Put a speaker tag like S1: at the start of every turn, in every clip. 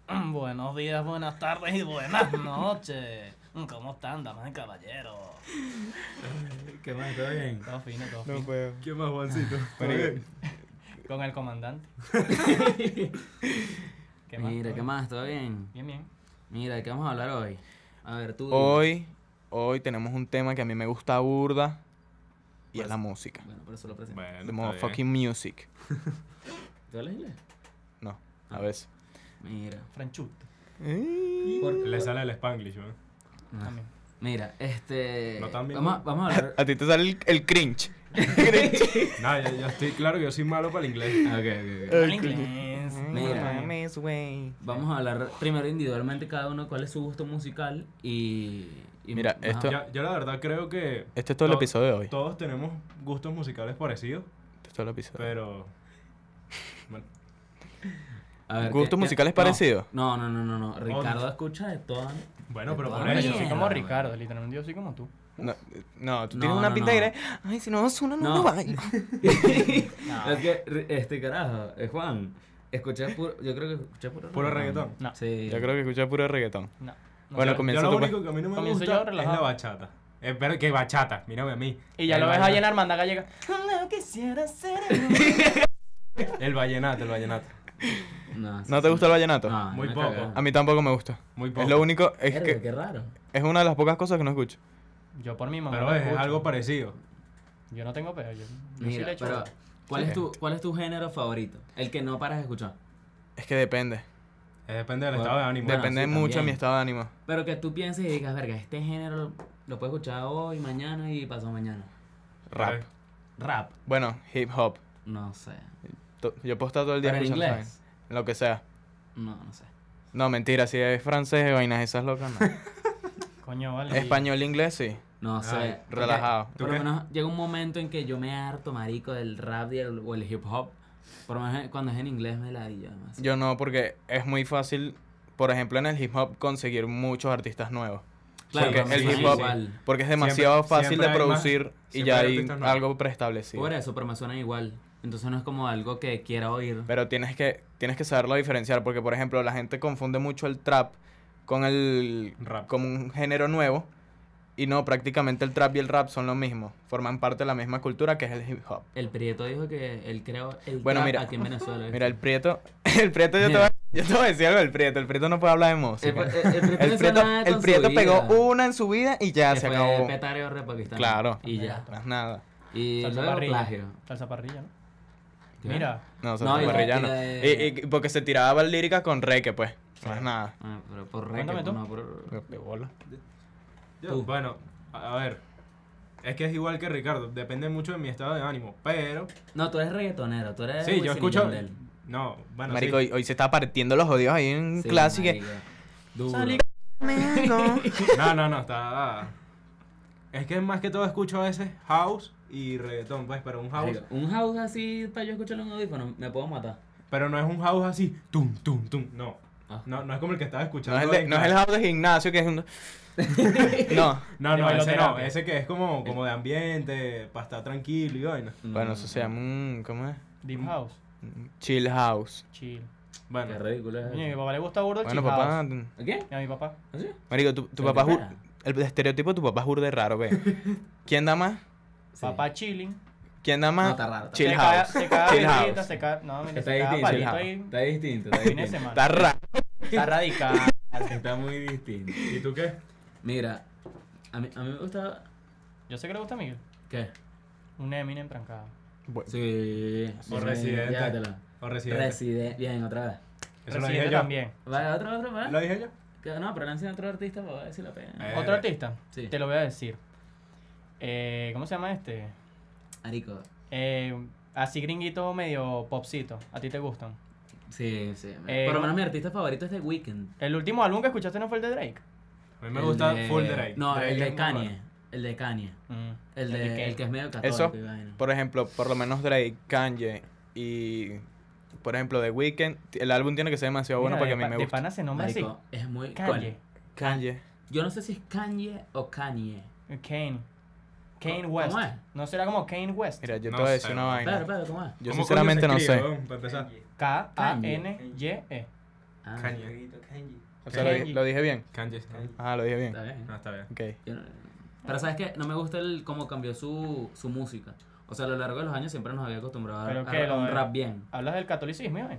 S1: están? Buenos días, buenas tardes y buenas noches. Mm, ¿Cómo están, damas y caballeros?
S2: ¿Qué más? ¿Todo bien?
S1: Todo fino, todo
S3: No
S1: fino.
S3: puedo.
S2: ¿Qué más, Juancito? ¿Todo
S3: Marico.
S2: bien?
S1: Con el comandante. ¿Qué más?
S4: Mira, ¿qué más? ¿Todo bien?
S1: Bien, bien.
S4: Mira, ¿de ¿qué vamos a hablar hoy? A ver, tú. dime.
S3: Hoy, hoy tenemos un tema que a mí me gusta burda y
S4: Pues,
S3: es la música.
S4: Bueno, por eso lo presento.
S2: Bueno,
S3: The
S2: está bien.
S3: motherfucking music.
S4: ¿Tú hablas inglés?
S3: No,
S4: Ah.
S3: a veces.
S4: Mira.
S1: Franchut.
S4: Eh. por-
S2: Le sale el Spanglish, ¿no?
S4: Ah,
S1: También.
S4: Mira, este.
S2: No tan bien.
S4: vamos, a- vamos a hablar.
S3: A ti te sale el, el cringe.
S2: No, yo, yo estoy claro que yo soy malo para el inglés.
S4: Ah, ok, ok, ok.
S3: Eh,
S1: Mal inglés.
S4: Eh,
S3: Mm.
S4: Mira. Vamos a hablar primero individualmente cada uno cuál es su gusto musical y. y
S3: Mira,
S4: más-
S3: esto-
S2: Yo, yo la verdad creo que
S3: Este es todo el
S2: To-
S3: episodio de hoy. Este
S2: todos tenemos gustos musicales parecidos,
S3: es todo el episodio.
S2: pero... Bueno,
S4: A ver,
S3: ¿Gustos
S4: ¿qué- qué-
S3: musicales
S4: no,
S3: parecidos?
S4: No, no, no, no,
S2: Oh,
S4: no. Ricardo escucha de todas.
S2: bueno, pero por
S1: Bueno, yo
S2: eso...
S1: soy
S4: Mierda,
S1: como
S4: güey.
S1: Ricardo, literalmente yo soy como tú.
S3: No, eh, no, tú
S4: No,
S3: tienes una
S4: no,
S3: pinta de
S4: no.
S3: que eres, Ay, si no Ozuna no,
S4: No.
S3: no baila.
S4: Es que re- este carajo, eh, Juan, escuché puro, yo creo que escuché puro,
S2: Puro reggaetón.
S1: No.
S4: Sí.
S3: Yo creo que escuché puro reggaetón.
S1: No. no
S3: Bueno,
S1: sé.
S2: Yo
S3: comienza
S2: lo
S3: tú, pues.
S2: único que a mí no me
S1: Comienzo
S2: gusta
S1: yo,
S2: es la
S1: relajado.
S2: bachata. Eh, pero que bachata, mírame a mí.
S1: Y ya
S2: El
S1: lo ves
S2: vallenato-
S1: ahí en la hermandad gallega. No quisiera ser el-
S2: El vallenato, el vallenato.
S4: No, sí,
S3: ¿No te
S4: sí.
S3: gusta el vallenato?
S4: No,
S2: Muy
S4: Ah, una
S2: poco.
S4: cagada.
S3: A mí tampoco me gusta.
S2: Muy poco.
S3: Es lo único, es
S4: Verga,
S3: que
S4: qué raro.
S3: es una de las pocas cosas que no escucho.
S1: Yo por mi mamá.
S2: Pero
S1: lo
S2: es, es
S1: escucho.
S2: algo parecido.
S1: Yo no tengo peo. Yo, yo sí le
S4: Mira,
S1: echo.
S4: pero ¿cuál es tu cuál es tu género favorito? El que no paras de escuchar.
S3: Es que depende.
S2: Eh, Depende del
S4: Bueno,
S2: estado de ánimo.
S4: Bueno,
S3: depende
S4: sí,
S3: mucho de mi
S4: también.
S3: estado de ánimo.
S4: Pero que tú pienses y digas, "Verga, este género lo puedo escuchar hoy, mañana y pasado mañana."
S3: Rap.
S4: Rap,
S3: Bueno, hip hop.
S4: no sé.
S3: To- Yo puedo estar todo el día
S4: Pero en
S3: escuchando esa
S4: inglés.
S3: vaina. Lo que sea.
S4: No, no sé.
S3: No, mentira, si es francés, vainas esas locas, no.
S1: Coño, vale.
S3: Español, inglés, sí.
S4: No sé.
S2: Ay,
S4: porque
S3: relajado.
S2: ¿Tú
S4: Por lo
S2: qué?
S4: menos llega un momento en que yo me harto marico del rap y el- o el hip hop. Por lo menos cuando es en inglés me la dillo además.
S3: Yo no, porque es muy fácil, por ejemplo, en el hip hop conseguir muchos artistas nuevos.
S4: Claro,
S3: porque
S4: no,
S3: el
S4: sí,
S3: hip hop,
S4: igual.
S3: porque es demasiado
S2: Siempre-
S3: fácil
S2: siempre
S3: de
S2: hay más-
S3: producir y
S2: siempre
S3: ya
S2: hay
S3: hay
S2: artistas nuevos.
S3: algo preestablecido.
S4: Por eso, pero me suena igual. Entonces no es como algo que quiera oír.
S3: Pero tienes que, tienes que saberlo diferenciar, porque por ejemplo, la gente confunde mucho el trap con el
S2: Rap.
S3: con un género nuevo. Y no, prácticamente el trap y el rap son lo mismo. Forman parte de la misma cultura que es el hip hop.
S4: El Prieto dijo que él creó el
S3: Bueno,
S4: trap
S3: mira.
S4: aquí en Venezuela.
S3: Mira, el Prieto. El Prieto, yo te,
S4: Mira.
S3: voy, yo te voy a decir algo del Prieto. El Prieto no puede hablar de
S4: El-
S3: música.
S4: el- el Prieto,
S3: El
S4: no
S3: Prieto,
S4: hizo nada
S3: el
S4: con su
S3: Prieto
S4: vida.
S3: pegó una en su vida y ya
S4: Que
S3: se
S4: fue
S3: acabó.
S4: Petareo re pakistán.
S3: Claro.
S4: Y ya.
S3: Más nada.
S4: Y
S1: Salsa
S4: luego
S1: parrilla.
S4: plagio.
S1: Salsa parrilla, ¿no?
S4: ¿Qué?
S1: Mira.
S3: No,
S4: No,
S3: Santa
S4: y la-
S3: Parrilla
S4: y
S3: no.
S4: la
S3: Y,
S4: de-
S3: y- porque se tiraba lírica con reque, pues. Más nada.
S4: Ah, pero por
S1: Cuéntame
S4: reggae,
S1: tú.
S4: no, por-
S3: De bola.
S2: Yo,
S4: Tú.
S2: Bueno, a a ver. Es que es igual que Ricardo, depende mucho de mi estado de ánimo, pero...
S4: No, tú eres reggaetonero, tú eres
S2: sí,
S4: Wisin
S2: yo
S4: y
S2: escucho...
S4: Yandel.
S2: Ah, No, bueno,
S3: Marico,
S2: sí.
S3: hoy, hoy se está partiendo los odios ahí en
S4: Sí,
S3: clásica.
S4: marico. Duro.
S2: No, no, no, está... Es que más que todo escucho a veces house y reggaetón, pues, pero un house...
S4: Marico, Un house así para yo escucharlo en un audífono, me puedo matar.
S2: Pero no es un house así, tum, tum, tum, no.
S4: Ah.
S2: No, no es como el que estaba
S3: No
S2: escuchando.
S3: es, el de-
S2: en
S3: no es el
S2: clase.
S3: house de gimnasio que es un. No.
S2: No,
S1: De
S2: no, ese no,
S1: bailoterapia.
S2: ese que es como, como de ambiente, para estar tranquilo y vaina.
S4: No,
S3: Bueno,
S4: no,
S3: eso
S4: no.
S3: se llama un. ¿Cómo es?
S1: Deep House.
S3: Un Chill house.
S1: Chill.
S2: Bueno,
S4: Qué ridículo es
S1: Coño, a mi
S4: eso.
S1: papá le gusta burdo el
S3: Bueno,
S1: chill
S3: papá.
S1: house.
S4: ¿A ¿Qué?
S1: Y a mi papá.
S4: ¿Así?
S3: Marico, tu, tu
S4: Pero
S3: papá.
S4: qué
S3: jur-
S4: cara.
S3: El estereotipo de tu papá es burda de raro, ve. ¿Quién da más?
S4: Sí.
S1: Papá chilling.
S3: ¿Quién da más?
S4: está raro, está
S3: Chill
S1: se cae-
S3: house.
S1: se cae
S3: Chill
S1: Belita,
S3: house.
S1: se cae. No, mira,
S4: Está
S1: se cae
S4: distinto,
S1: palito
S3: chill
S1: ahí.
S4: Está distinto, está
S1: Fin de
S4: distinto.
S1: semana.
S3: Está raro.
S1: Está radical.
S4: Está muy distinto.
S2: ¿y tú qué?
S4: Mira, a mí, a mí me gusta.
S1: Yo sé que le gusta a Miguel.
S4: ¿Qué?
S1: Un Eminem trancado.
S3: Bueno,
S4: Sí.
S2: O
S4: sí,
S2: Residente.
S4: llévatela.
S2: O residente.
S4: Residente. Bien, otra vez.
S2: Eso lo
S1: Residente
S2: dije yo. ¿Ah?
S1: también.
S4: Vale, otro, otro,
S2: ¿Lo
S4: vale.
S2: dije yo?
S4: Que- No, pero lancen otro artista para ver si la pena.
S2: Eh.
S1: ¿Otro artista?
S4: Sí.
S1: Te lo voy a decir. Eh, ¿Cómo se llama este?
S4: Arico.
S1: Eh, así gringuito medio popcito. ¿A ti te gustan?
S4: Sí, sí.
S1: Eh,
S4: Por lo menos mi artista favorito es The Weeknd.
S1: El último álbum que escuchaste no fue el de Drake.
S2: A mí me
S4: El
S2: gusta
S4: de-
S2: Full Drake.
S4: No,
S2: Drake
S4: el
S2: es
S4: de
S2: muy
S4: Kanye.
S2: bueno.
S4: El de Kanye.
S1: Mm.
S4: El
S1: de
S4: de
S1: Kanye.
S4: el que es medio
S3: Eso,
S4: católico. y vaina.
S3: por ejemplo, por lo menos Drake, Kanye y. Por ejemplo, The Weeknd. El álbum tiene que ser demasiado bueno
S1: Mira,
S3: para que
S1: de
S3: a mí
S1: pa-
S3: me
S1: de
S3: guste.
S1: pana se nombra así.
S4: Marico, es muy.
S1: Kanye.
S3: Kanye.
S4: Yo no sé si es Kanye o Kanye.
S1: Kane. Kane
S4: ¿Cómo
S1: West.
S4: es?
S1: ¿No será como Kanye West?
S3: Mira, yo
S2: No
S3: te voy a
S2: sé,
S3: decir una
S2: weón.
S3: vaina.
S4: Pero, pero, ¿cómo es?
S3: Yo
S2: ¿Cómo coño
S3: sinceramente
S2: se
S3: no
S2: escribe,
S3: sé.
S1: E.
S2: weón, para empezar?
S1: K-A-N-Y-E.
S4: Ah,
S2: Kanye.
S3: O sea, lo, di-
S2: Kanye.
S3: lo dije bien.
S2: Kanye está.
S3: Ah, lo dije bien.
S4: Está bien.
S2: No, está bien.
S3: Ok.
S4: Yo no- Pero sabes que no me gusta el cómo cambió su, su música. O sea, a lo largo de los años siempre nos había acostumbrado a,
S1: ¿Pero
S4: a-
S1: qué,
S4: a
S1: lo
S4: un
S1: de-
S4: rap bien.
S1: Hablas del catolicismo, ¿eh?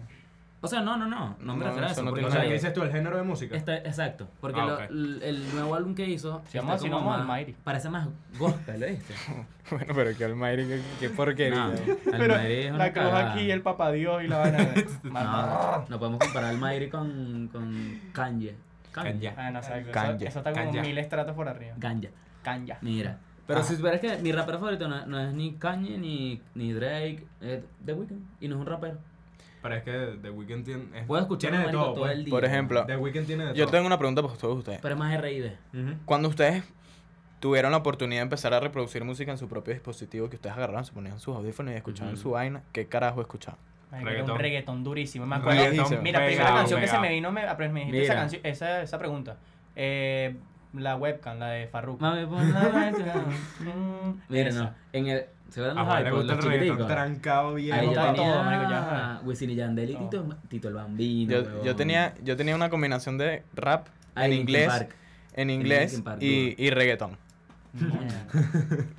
S4: O sea, no, no, no. No me
S3: No,
S4: refiero a
S3: eso
S4: eso.
S3: no
S4: porque,
S2: O
S3: tiene
S4: o sea,
S2: sea, ¿qué dices tú? ¿El género de música?
S4: está- exacto. Porque
S2: Ah,
S4: lo-
S2: ok.
S4: l- el nuevo álbum que hizo.
S1: Si
S4: está
S1: vamos así,
S4: como
S1: vamos
S4: más-
S1: Almighty.
S4: Parece más gospel, ¿viste?
S3: Bueno, pero que Almighty, qué, qué porquería.
S4: No,
S1: Pero
S4: Almighty es una
S1: la cruz
S4: cagada.
S1: aquí, el papá Dios y la vaina. Mamá.
S4: No, no podemos comparar Almighty con, con Kanye.
S2: Kanye.
S1: Ah, no, sabes, eso,
S3: Kanye.
S1: eso está como
S2: Kanye.
S1: mil estratos por arriba.
S4: Ganja.
S1: Canya.
S4: Mira. Pero
S2: Ah.
S4: si supieras que mi rapero favorito no, no es ni Kanye, ni, ni Drake, es The Weeknd. Y no es un rapero.
S2: Pero es que The Weeknd tiene. es-
S4: Puedo escuchar
S2: tiene de
S4: todo,
S2: todo.
S4: todo
S2: pues.
S4: el día.
S3: Por ejemplo,
S2: The Weeknd tiene de
S3: yo
S2: todo.
S3: tengo una pregunta para todos ustedes.
S4: Pero es más RID.
S2: Ujú.
S3: Cuando ustedes tuvieron la oportunidad de empezar a reproducir música en su propio dispositivo, que ustedes agarraban, se ponían sus audífonos y escuchaban
S4: Ujú.
S3: su vaina, ¿qué carajo escuchaban?
S1: Marico, era
S2: Reggaetón.
S1: un reggaetón durísimo. Me acuerdo.
S3: Reggaetón
S2: Reggaetón
S1: Mira, primera
S2: pegado,
S1: canción que se
S2: pegado.
S1: me vino, me, me dijiste esa,
S4: Mira.
S1: canción- esa, esa pregunta. Eh, la webcam, la de Farruko.
S4: Mami, pon la webcam.
S1: Mm,
S4: Mira,
S1: esa.
S4: no. En el, ¿Se acuerdan
S2: A
S4: los
S2: Juan le
S4: iPods,
S2: gusta el
S4: los
S2: reggaetón
S4: chiquiticos?
S1: Ahí
S2: trancado
S4: Ay,
S2: bien.
S4: yo
S1: está
S4: tenía
S1: todo, marico, ya.
S4: Wisin y Yandel y
S1: Todo.
S4: Tito, Tito el Bambino.
S3: Yo,
S4: huevón.
S3: yo, tenía, yo tenía una combinación de rap
S4: Ay,
S3: en
S4: Linkin
S3: inglés,
S4: Park.
S3: en inglés
S4: Linkin Park,
S3: y, y reggaetón.
S1: Mm.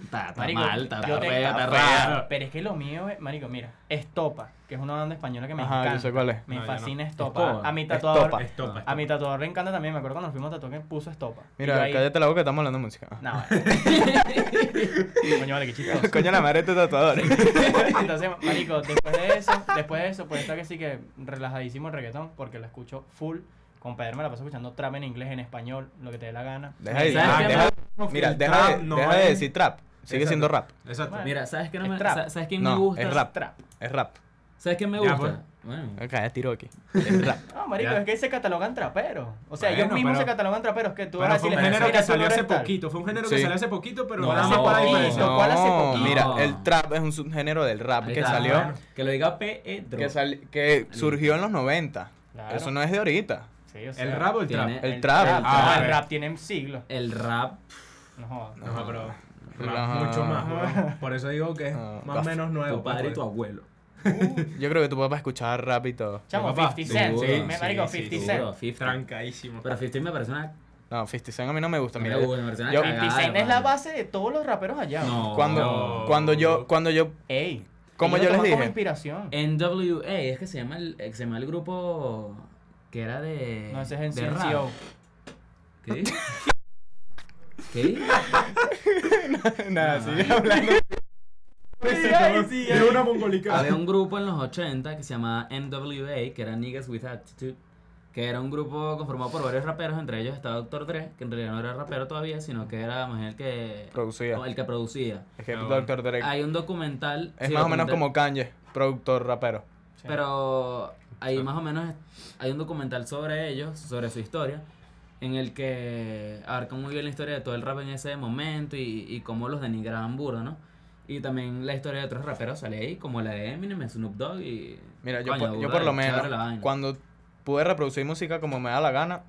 S4: Está, está
S1: Marico,
S4: mal, está
S1: yo
S4: feo,
S1: te-
S4: está
S1: está
S4: raro.
S1: feo. Pero es que lo mío es, marico, mira, Estopa, que es una banda española que me
S3: Ajá, yo
S1: encanta.
S3: sé cuál es.
S1: Me
S2: No, yo
S1: fascina
S4: Estopa.
S1: Estopa. A mi tatuador,
S3: Estopa.
S2: Estopa, estopa.
S1: a mi tatuador le encanta también. Me acuerdo cuando nos fuimos a tatuar que puso Estopa. Y
S3: Mira,
S1: yo ahí-
S3: cállate la boca, estamos hablando de música.
S1: No, Coño, vale, qué chistoso.
S3: Coño, la madre de tu tatuador.
S1: Entonces, marico, después de eso, después de eso, pues está que sí que relajadísimo el reggaetón, porque lo escucho full. Con Pedro me la paso escuchando trap en inglés, en español, lo que te dé la gana.
S3: Deja de,
S4: ¿Sabes qué
S3: deja-
S4: más?
S3: mira,
S2: El
S3: deja, de-
S2: trap no
S3: deja de
S2: es-
S3: decir trap. Sigue
S2: Exacto.
S3: siendo rap.
S2: Exacto.
S1: Bueno.
S4: Mira, ¿sabes qué no
S1: Es
S4: me,
S1: trap.
S4: sa- ¿sabes quién me
S3: No,
S4: gusta?
S3: es rap.
S1: Trap.
S3: Es rap.
S4: ¿Sabes quién me
S2: Ya,
S4: gusta?
S2: pues.
S4: Bueno,
S3: Acá ya tiro aquí. Es rap.
S1: No, marico,
S2: Ya.
S1: es que se catalogan traperos. O sea, ellos
S2: Bueno,
S1: mismos
S2: pero-
S1: se catalogan traperos, que tú
S2: Pero fue un
S1: decirles, "Mira,
S2: género que
S1: tú no
S2: salió hace
S1: eres tal".
S2: poquito. Fue un género que
S3: Sí.
S2: salió hace poquito, pero
S1: No,
S2: nada
S1: hace
S2: más para
S1: poquito.
S2: diferenciar.
S1: No. ¿cuál hace poquito?
S3: mira, el trap es un subgénero del rap
S4: ahí
S3: que
S4: está,
S3: salió
S4: bueno. Que lo diga Pedro.
S3: que, sal- que surgió en los 90.
S1: Claro.
S3: Eso no es de ahorita.
S1: Sí, o sea,
S2: ¿El rap o el trap?
S4: Tiene-
S3: El trap.
S1: Ah,
S2: Ah,
S1: el
S2: ok.
S1: rap tiene siglos.
S4: El rap.
S1: No jodas.
S2: No, pero.
S3: Ajá.
S2: rap Mucho más, weón. Por eso digo que es
S3: Ah,
S2: más o menos nuevo.
S4: Tu padre y
S2: pues.
S4: tu abuelo.
S3: Yo creo que tu papá escuchaba rap y todo.
S1: Chamo,
S2: papá,
S1: 50 Cent.
S4: duro,
S1: Sí, me
S2: sí,
S1: marico,
S2: sí,
S1: 50
S4: Seguro,
S1: Cent.
S4: 50.
S2: Trancadísimo.
S4: Pero 50 me parece una.
S3: No, 50 Cent a mí no me gusta. Mira,
S4: me parece una
S3: yo-
S4: cagada,
S1: 50 Cent es la
S4: hermano.
S1: base de todos los raperos allá.
S4: No.
S3: cuando, cuando yo, cuando yo,
S1: Ey.
S3: como
S1: ellos
S3: yo
S1: lo toman
S3: les
S1: Como
S3: dije,
S1: inspiración.
S2: Eh,
S4: NWA, es que se llama el, que se llama el grupo que era de.
S1: No, ese es
S4: de
S1: en
S4: rap.
S1: CNCO.
S4: ¿Qué dijo? ¿Qué dijo?
S3: nada,
S4: No.
S3: sigue hablando.
S2: Es una mongolica.
S4: Había un grupo en los 80 que se llamaba NWA, que era Niggas with Attitude, que era un grupo conformado por varios raperos, entre ellos estaba Doctor Dre, que en realidad no era rapero todavía, sino que era más el que
S3: Producía.
S4: o el que producía.
S3: Es que
S2: No.
S3: Dr. Dre
S4: Hay un documental
S3: es
S4: sí,
S3: más o menos
S4: documental-
S3: como Kanye, productor, rapero.
S4: Pero hay más o menos hay un documental sobre ellos, sobre su historia, en el que abarca muy bien la historia de todo el rap en ese momento y, y cómo los denigraban burda, ¿no? Y también la historia de otros raperos sale ahí, como la de Eminem, Snoop Dogg y...
S3: Mira, yo,
S4: Coño,
S3: por- yo
S4: burda
S3: por lo
S4: de chévere
S3: menos,
S4: la vaina.
S3: cuando pude reproducir música como me da la gana,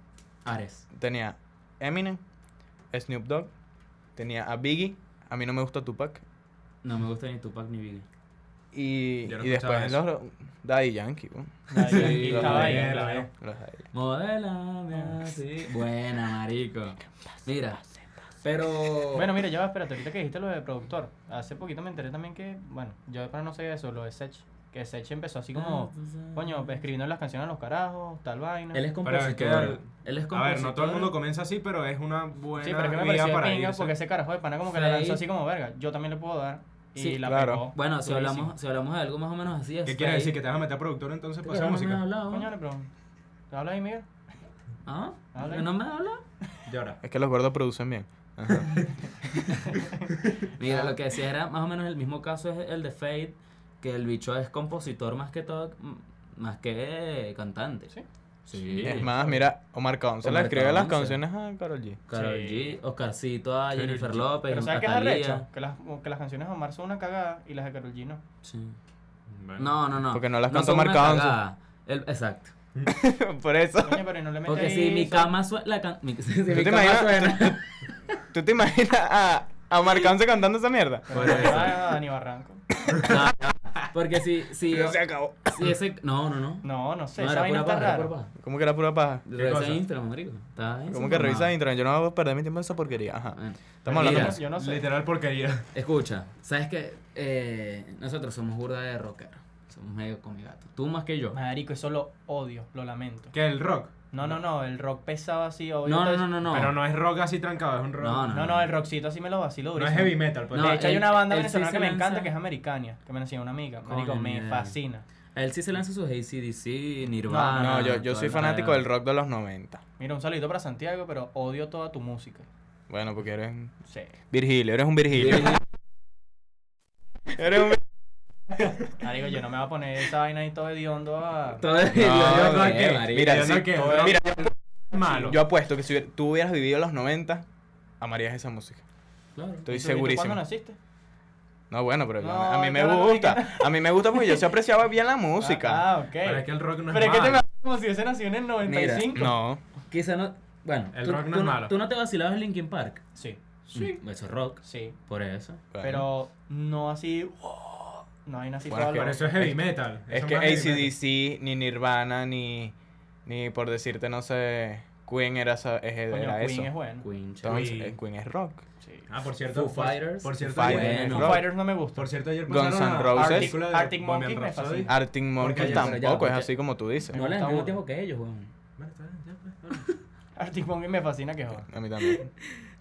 S4: Ares.
S3: tenía Eminem, Snoop Dogg, tenía a Biggie, a mí no me gusta Tupac,
S4: No me gusta ni Tupac ni Biggie.
S3: y,
S2: Yo no
S3: y después
S2: escuchaba
S3: los Daddy Yankee, weón.
S1: Ahí
S4: Sí,
S1: estaba ahí,
S2: la
S1: claro.
S2: vi.
S3: Los Daddy.
S4: Modélame así. Buena, marico. Mira, pero...
S1: Bueno, mira, ya va, espérate, ahorita que dijiste lo de productor, hace poquito me enteré también que, bueno, yo de pronto no sabía eso, lo de Sech, que Sech empezó así
S2: Ah,
S1: como, coño, escribiendo las canciones a los carajos, tal vaina.
S4: Mm. Él es
S2: Pero es
S4: compositor.
S2: que-
S4: Él es compositor.
S2: A ver, no todo el mundo comienza así, pero es una buena
S1: sí, pero es que me
S2: vía
S1: pareció
S2: para
S1: pinga
S2: irse.
S1: porque ese carajo de pana como que la
S4: Fade.
S1: lanzó así como verga, yo también le puedo dar, y
S4: Sí,
S1: la
S3: claro.
S1: pegó.
S4: Bueno, si
S1: durísimo.
S4: hablamos, si hablamos de algo más o menos así es.
S2: ¿Qué quiere decir? ¿Que
S4: Fade.
S2: te vas a meter a productor entonces para
S4: Pero
S2: hacer
S4: no me ha
S2: música?
S4: hablado.
S1: Coño, le pregunto, ¿te hablas ahí, Miguel?
S4: ¿Ah?
S1: Habla.
S4: ¿No me ha hablado?
S2: Y ahora.
S3: Es que los gordos producen bien. Ajá.
S4: Mira, lo que decía era más o menos el mismo caso es el de Fade, que el bicho es compositor más que todo, m- más que cantante.
S1: Sí.
S4: Sí.
S3: es más, mira, Omar Khan se le
S4: Omar
S3: escribe las
S4: Khan, sí.
S3: canciones a Karol G.
S4: Karol
S1: Sí.
S4: G, Oscarcito a
S2: Karol
S4: Jennifer
S2: G.
S4: López,
S1: Pero ¿sabes qué es
S4: a
S1: arrecho?
S4: Thalía.
S1: Que las, que las canciones de Omar son una cagada y las de Karol G no.
S4: Sí. No, no, no.
S3: Porque no las cantó
S4: son una
S3: Marc Anthony.
S4: cagada. El- exacto.
S3: Por eso.
S1: Coño, pero ¿y no le metes
S4: Porque
S1: ahí
S4: si mi
S1: esa-
S4: cama suena. La can- mi- si
S3: ¿Tú
S4: mi
S3: te,
S4: cama
S3: imaginas,
S4: suena.
S3: tú, tú te imaginas a, a Omar Khan se cantando esa mierda?
S1: Pero no le vas a Dani Barranco.
S4: No, no. Porque si, si,
S3: Ya se acabó.
S4: si ese. No, no, no.
S1: No, no sé,
S4: No,
S1: esa
S4: era
S1: vaina está
S4: pura paja, era
S1: rara.
S4: pura paja.
S3: ¿Cómo que era pura paja?
S4: Revisa
S2: cosa?
S4: Instagram, marico. Está bien
S3: ¿Cómo que
S4: informado.
S3: revisas Instagram? Yo no voy a perder mi tiempo en esa porquería. Ajá.
S4: Bueno,
S3: Estamos
S1: Yo
S3: hablando.
S4: Mira.
S1: no- Yo no sé.
S2: Literal porquería.
S4: Escucha, ¿sabes qué? Eh, nosotros somos burda de rockero. Somos medio comigato. Tú más que yo.
S1: Marico, eso lo odio, lo lamento.
S2: ¿Qué? ¿El rock?
S1: No, no, no, el rock pesado así, obvio.
S4: No, no,
S1: entonces-
S4: no, no. no.
S2: Pero no es rock así trancado, es un rock.
S4: No, no.
S1: No, no, el rockcito así me lo vacilo
S2: No es
S1: durísimo.
S2: heavy metal, pues.
S4: No,
S1: de hecho, hay
S4: él-
S1: una banda
S4: él sí
S1: venezolana
S4: se
S1: que me encanta,
S4: lanza-
S1: que es americana, que me la enseñó una amiga.
S4: Coño,
S1: Marico,
S4: ni
S1: me
S4: idea.
S1: fascina.
S4: A él sí se lanza sus ACDC,
S1: Ah,
S4: Nirvana.
S3: No, yo, yo
S4: todo
S3: soy
S4: el
S3: fanático
S4: pedo.
S3: del rock de los 90.
S1: Mira, un saludito para Santiago, pero odio toda tu música.
S3: Bueno, porque eres un
S1: Sí.
S3: Virgilio, eres un Virgilio. eres un Vir-
S1: Marico, yo no me voy a poner esa vaina y todo hediondo a...
S4: Todo el
S3: No,
S4: yo
S2: no,
S4: no,
S2: ¿qué?
S4: marico.
S3: Mira,
S2: Yo
S3: sí,
S2: no que-
S1: todo
S2: rock
S1: es-
S3: Mira,
S2: es malo.
S3: yo apuesto que si hubiera- tú hubieras vivido los 90, amarías esa música.
S4: Claro.
S3: Estoy
S1: ¿Y tú- y tú
S3: segurísimo.
S1: ¿Cuándo naciste?
S3: No, bueno, pero yo-
S1: No,
S3: a mí me
S1: yo no dije
S3: gusta. A mí me gusta porque yo se apreciaba bien la música.
S1: Ah, ah, ok.
S2: Pero es que el rock no es
S1: Pero es que te
S2: malo.
S1: me como si hubiese nacido en el 95.
S3: No.
S4: Quizá no. Bueno,
S2: El
S4: tú,
S2: rock no
S4: tú
S2: es malo.
S4: ¿Tú no te vacilabas Linkin Park?
S1: Sí,
S4: Sí. Eso es rock,
S1: sí.
S4: por eso.
S3: bueno.
S1: Pero no así... ¡oh! no hay así
S3: Bueno,
S1: todo
S3: es que-
S1: algo.
S2: Pero eso es heavy metal.
S3: Es
S2: eso
S3: que
S2: más heavy metal.
S3: ACDC, ni Nirvana, ni, ni por decirte, no sé, Queen era, esa- es-
S1: Coño,
S3: era
S1: Queen
S3: eso.
S1: es bueno.
S4: Queen, chamo.
S3: Entonces,
S2: Queen.
S3: eh, Queen es rock.
S1: Sí.
S2: Ah, por cierto.
S4: Foo
S2: por-
S4: Fighters.
S2: Por cierto,
S3: Foo
S2: ayer-
S4: Fighters.
S2: Foo
S1: Foo
S3: rock.
S1: Fighters no me gusta.
S2: Por cierto, ayer
S3: Guns
S2: pasaron
S3: N'
S2: una
S3: Roses.
S2: película de
S1: Arctic Monkeys
S2: Bohemian
S1: me
S2: Rhapsody.
S1: fascina.
S3: Arctic Monkeys
S2: ya-
S3: tampoco,
S4: ya,
S3: es
S4: porque-
S3: así como tú dices.
S4: No le al
S1: gusta
S4: mismo
S1: uno.
S4: tiempo que ellos, weón.
S2: Bueno, está bien, ya, pues.
S1: Arctic Monkeys me fascina que joda.
S3: A mí también.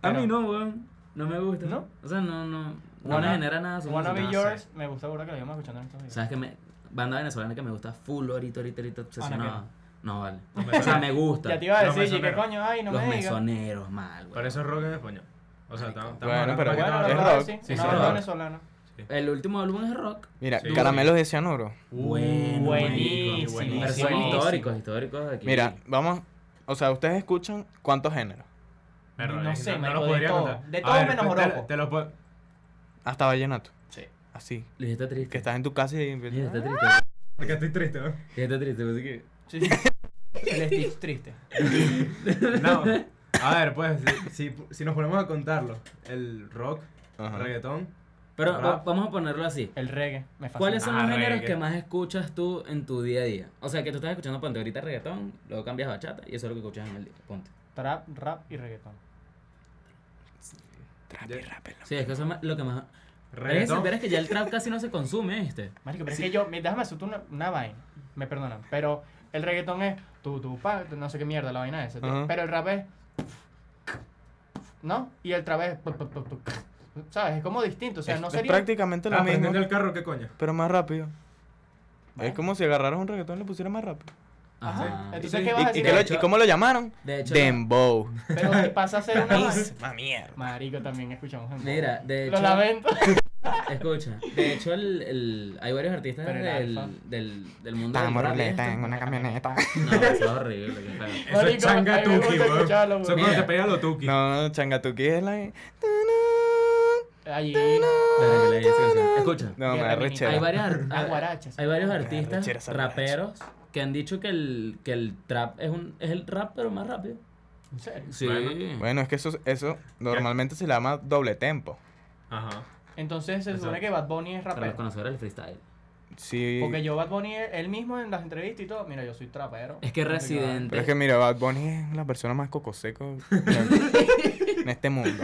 S4: A
S1: Pero-
S4: mí no, weón. No me gusta.
S1: ¿No?
S4: O sea, no, no. No
S1: Wanna-
S4: me genera nada. su
S1: Wanna Be
S4: música.
S1: Yours me gusta burda que lo íbamos escuchando en estos días.
S4: ¿Sabes qué? Me, banda venezolana que me gusta full ahorita, ahorita, ahorita obsesionada.
S1: Anaquel.
S4: No, vale.
S2: Hombre,
S4: O sea, me gusta.
S1: Ya te iba a
S2: Los
S1: decir, ¿y qué
S2: mesoneros.
S1: coño? Ay, no
S4: Los
S1: me digas.
S4: mesoneros, mal, weón.
S2: Por eso es rock en español. pues, O sea, estamos
S3: Bueno,
S2: hablando
S3: pero-
S2: más que
S1: Bueno,
S2: todo
S1: la
S2: de
S3: es
S1: verdad
S3: rock.
S1: sí,
S2: Sí,
S1: una
S2: sí, es
S1: banda
S2: rock.
S1: venezolana.
S4: El último álbum es rock.
S3: Mira,
S2: Sí.
S3: Caramelos de Cianuro.
S4: Bueno,
S1: buenísimo.
S2: buenísimo.
S4: Pero son
S1: buenísimo.
S4: históricos, históricos de aquí.
S3: Mira, vamos, o sea, ustedes escuchan cuántos géneros.
S2: Pero
S1: No
S2: es que
S1: sé,
S2: no
S1: marico,
S2: los
S1: de
S2: podría
S1: todo.
S2: contar.
S1: De
S2: A
S1: todo
S2: ver,
S1: menos
S2: te-
S1: joropo.
S2: Te lo puedo.
S3: Hasta vallenato.
S1: Sí.
S3: Así.
S4: Luis está triste.
S3: Que estás en tu casa y
S4: Luis
S3: empiezas.
S4: está triste.
S2: Porque estoy triste, ¿no?
S4: Luis está triste, así que.
S1: Sí, sí. El Stitch triste.
S2: No. A ver, pues, si, si- si nos ponemos a contarlo, el rock,
S3: Ajá.
S2: reggaetón,
S4: Pero
S2: Rap.
S4: va- vamos a ponerlo así.
S1: El reggae me fascina.
S4: ¿Cuáles son los
S2: Ah,
S4: géneros
S2: reggae.
S4: que más escuchas tú en tu día a día? O sea, que tú estás escuchando ponte ahorita reggaetón, luego cambias a bachata y eso es lo que escuchas en el día. Ponte.
S1: Trap, rap y reggaetón.
S3: Trap
S2: Ya.
S3: y rap,
S4: Sí, es que eso es ma- lo que más. Pero es que,
S2: reggaetón,
S4: pero es que ya el trap casi no se consume, este.
S1: Marico, pero es que yo, me- déjame hacerte una, una vaina. Me perdonan, pero el reggaetón es tu, tu, pa, no sé qué mierda la vaina es.
S3: Ajá.
S1: Pero el rap es. ¿No? Y el trap es. ¿Sabes? Es como distinto. O sea,
S3: es,
S1: no
S3: es
S1: sería. Ah, pues,
S3: prácticamente lo
S2: aprendete
S3: mismo,
S2: el carro, ¿qué coño?
S3: pero más rápido. Es
S1: Bueno.
S3: como si agarraras un reggaetón y lo pusieras más rápido.
S1: Ajá.
S4: Ajá.
S1: Entonces,
S2: Sí.
S1: ¿qué
S3: ¿Y,
S1: vas a
S3: y
S1: decir?
S3: qué lo-
S4: de hecho-
S3: y cómo lo llamaron?
S4: De hecho,
S3: Dembow.
S1: Pero si pasa a ser una vaina.
S3: Misma mierda.
S1: Marico, también escuchamos. en-
S4: mira, de
S1: Lo
S4: hecho,
S1: lamento.
S4: escucha, de hecho el, el, hay varios artistas
S1: Pero el alfa.
S4: del, del, del mundo
S3: Estamos
S4: del rap y
S3: ruleta
S4: esto.
S3: en una camioneta.
S4: No, eso es horrible, qué feo.
S2: Eso
S1: Marico,
S2: es changa
S1: a mí me
S2: tuki,
S1: gusta
S2: weón.
S1: escucharlo,
S2: Eso es
S1: weón.
S2: cuando te
S4: Mira.
S2: pega lo tuki.
S3: No, Changatuki es la.
S1: Allí.
S4: Pero que le digas así. Escucha,
S3: No, me da rechera.
S4: hay varios, ar-
S1: Ah, guarachas.
S4: hay varios
S3: Arrechera
S4: artistas,
S3: esa guaracha.
S4: raperos, que han dicho que el, que el trap es, un, es el rap, pero más rápido.
S1: ¿En serio?
S4: Sí.
S3: Bueno, es que eso, eso normalmente se le llama doble tempo.
S2: Ajá.
S1: Entonces se supone
S2: Exacto.
S1: que Bad Bunny es
S4: Para los
S1: rapero.
S4: conocedores del freestyle.
S3: Sí.
S1: Porque yo, Bad Bunny, él mismo en las entrevistas y todo, mira, yo soy trapero.
S4: Es que
S1: No sé qué
S4: Residente-
S3: Pero es que mira, Bad Bunny es la persona más coco seco en este mundo.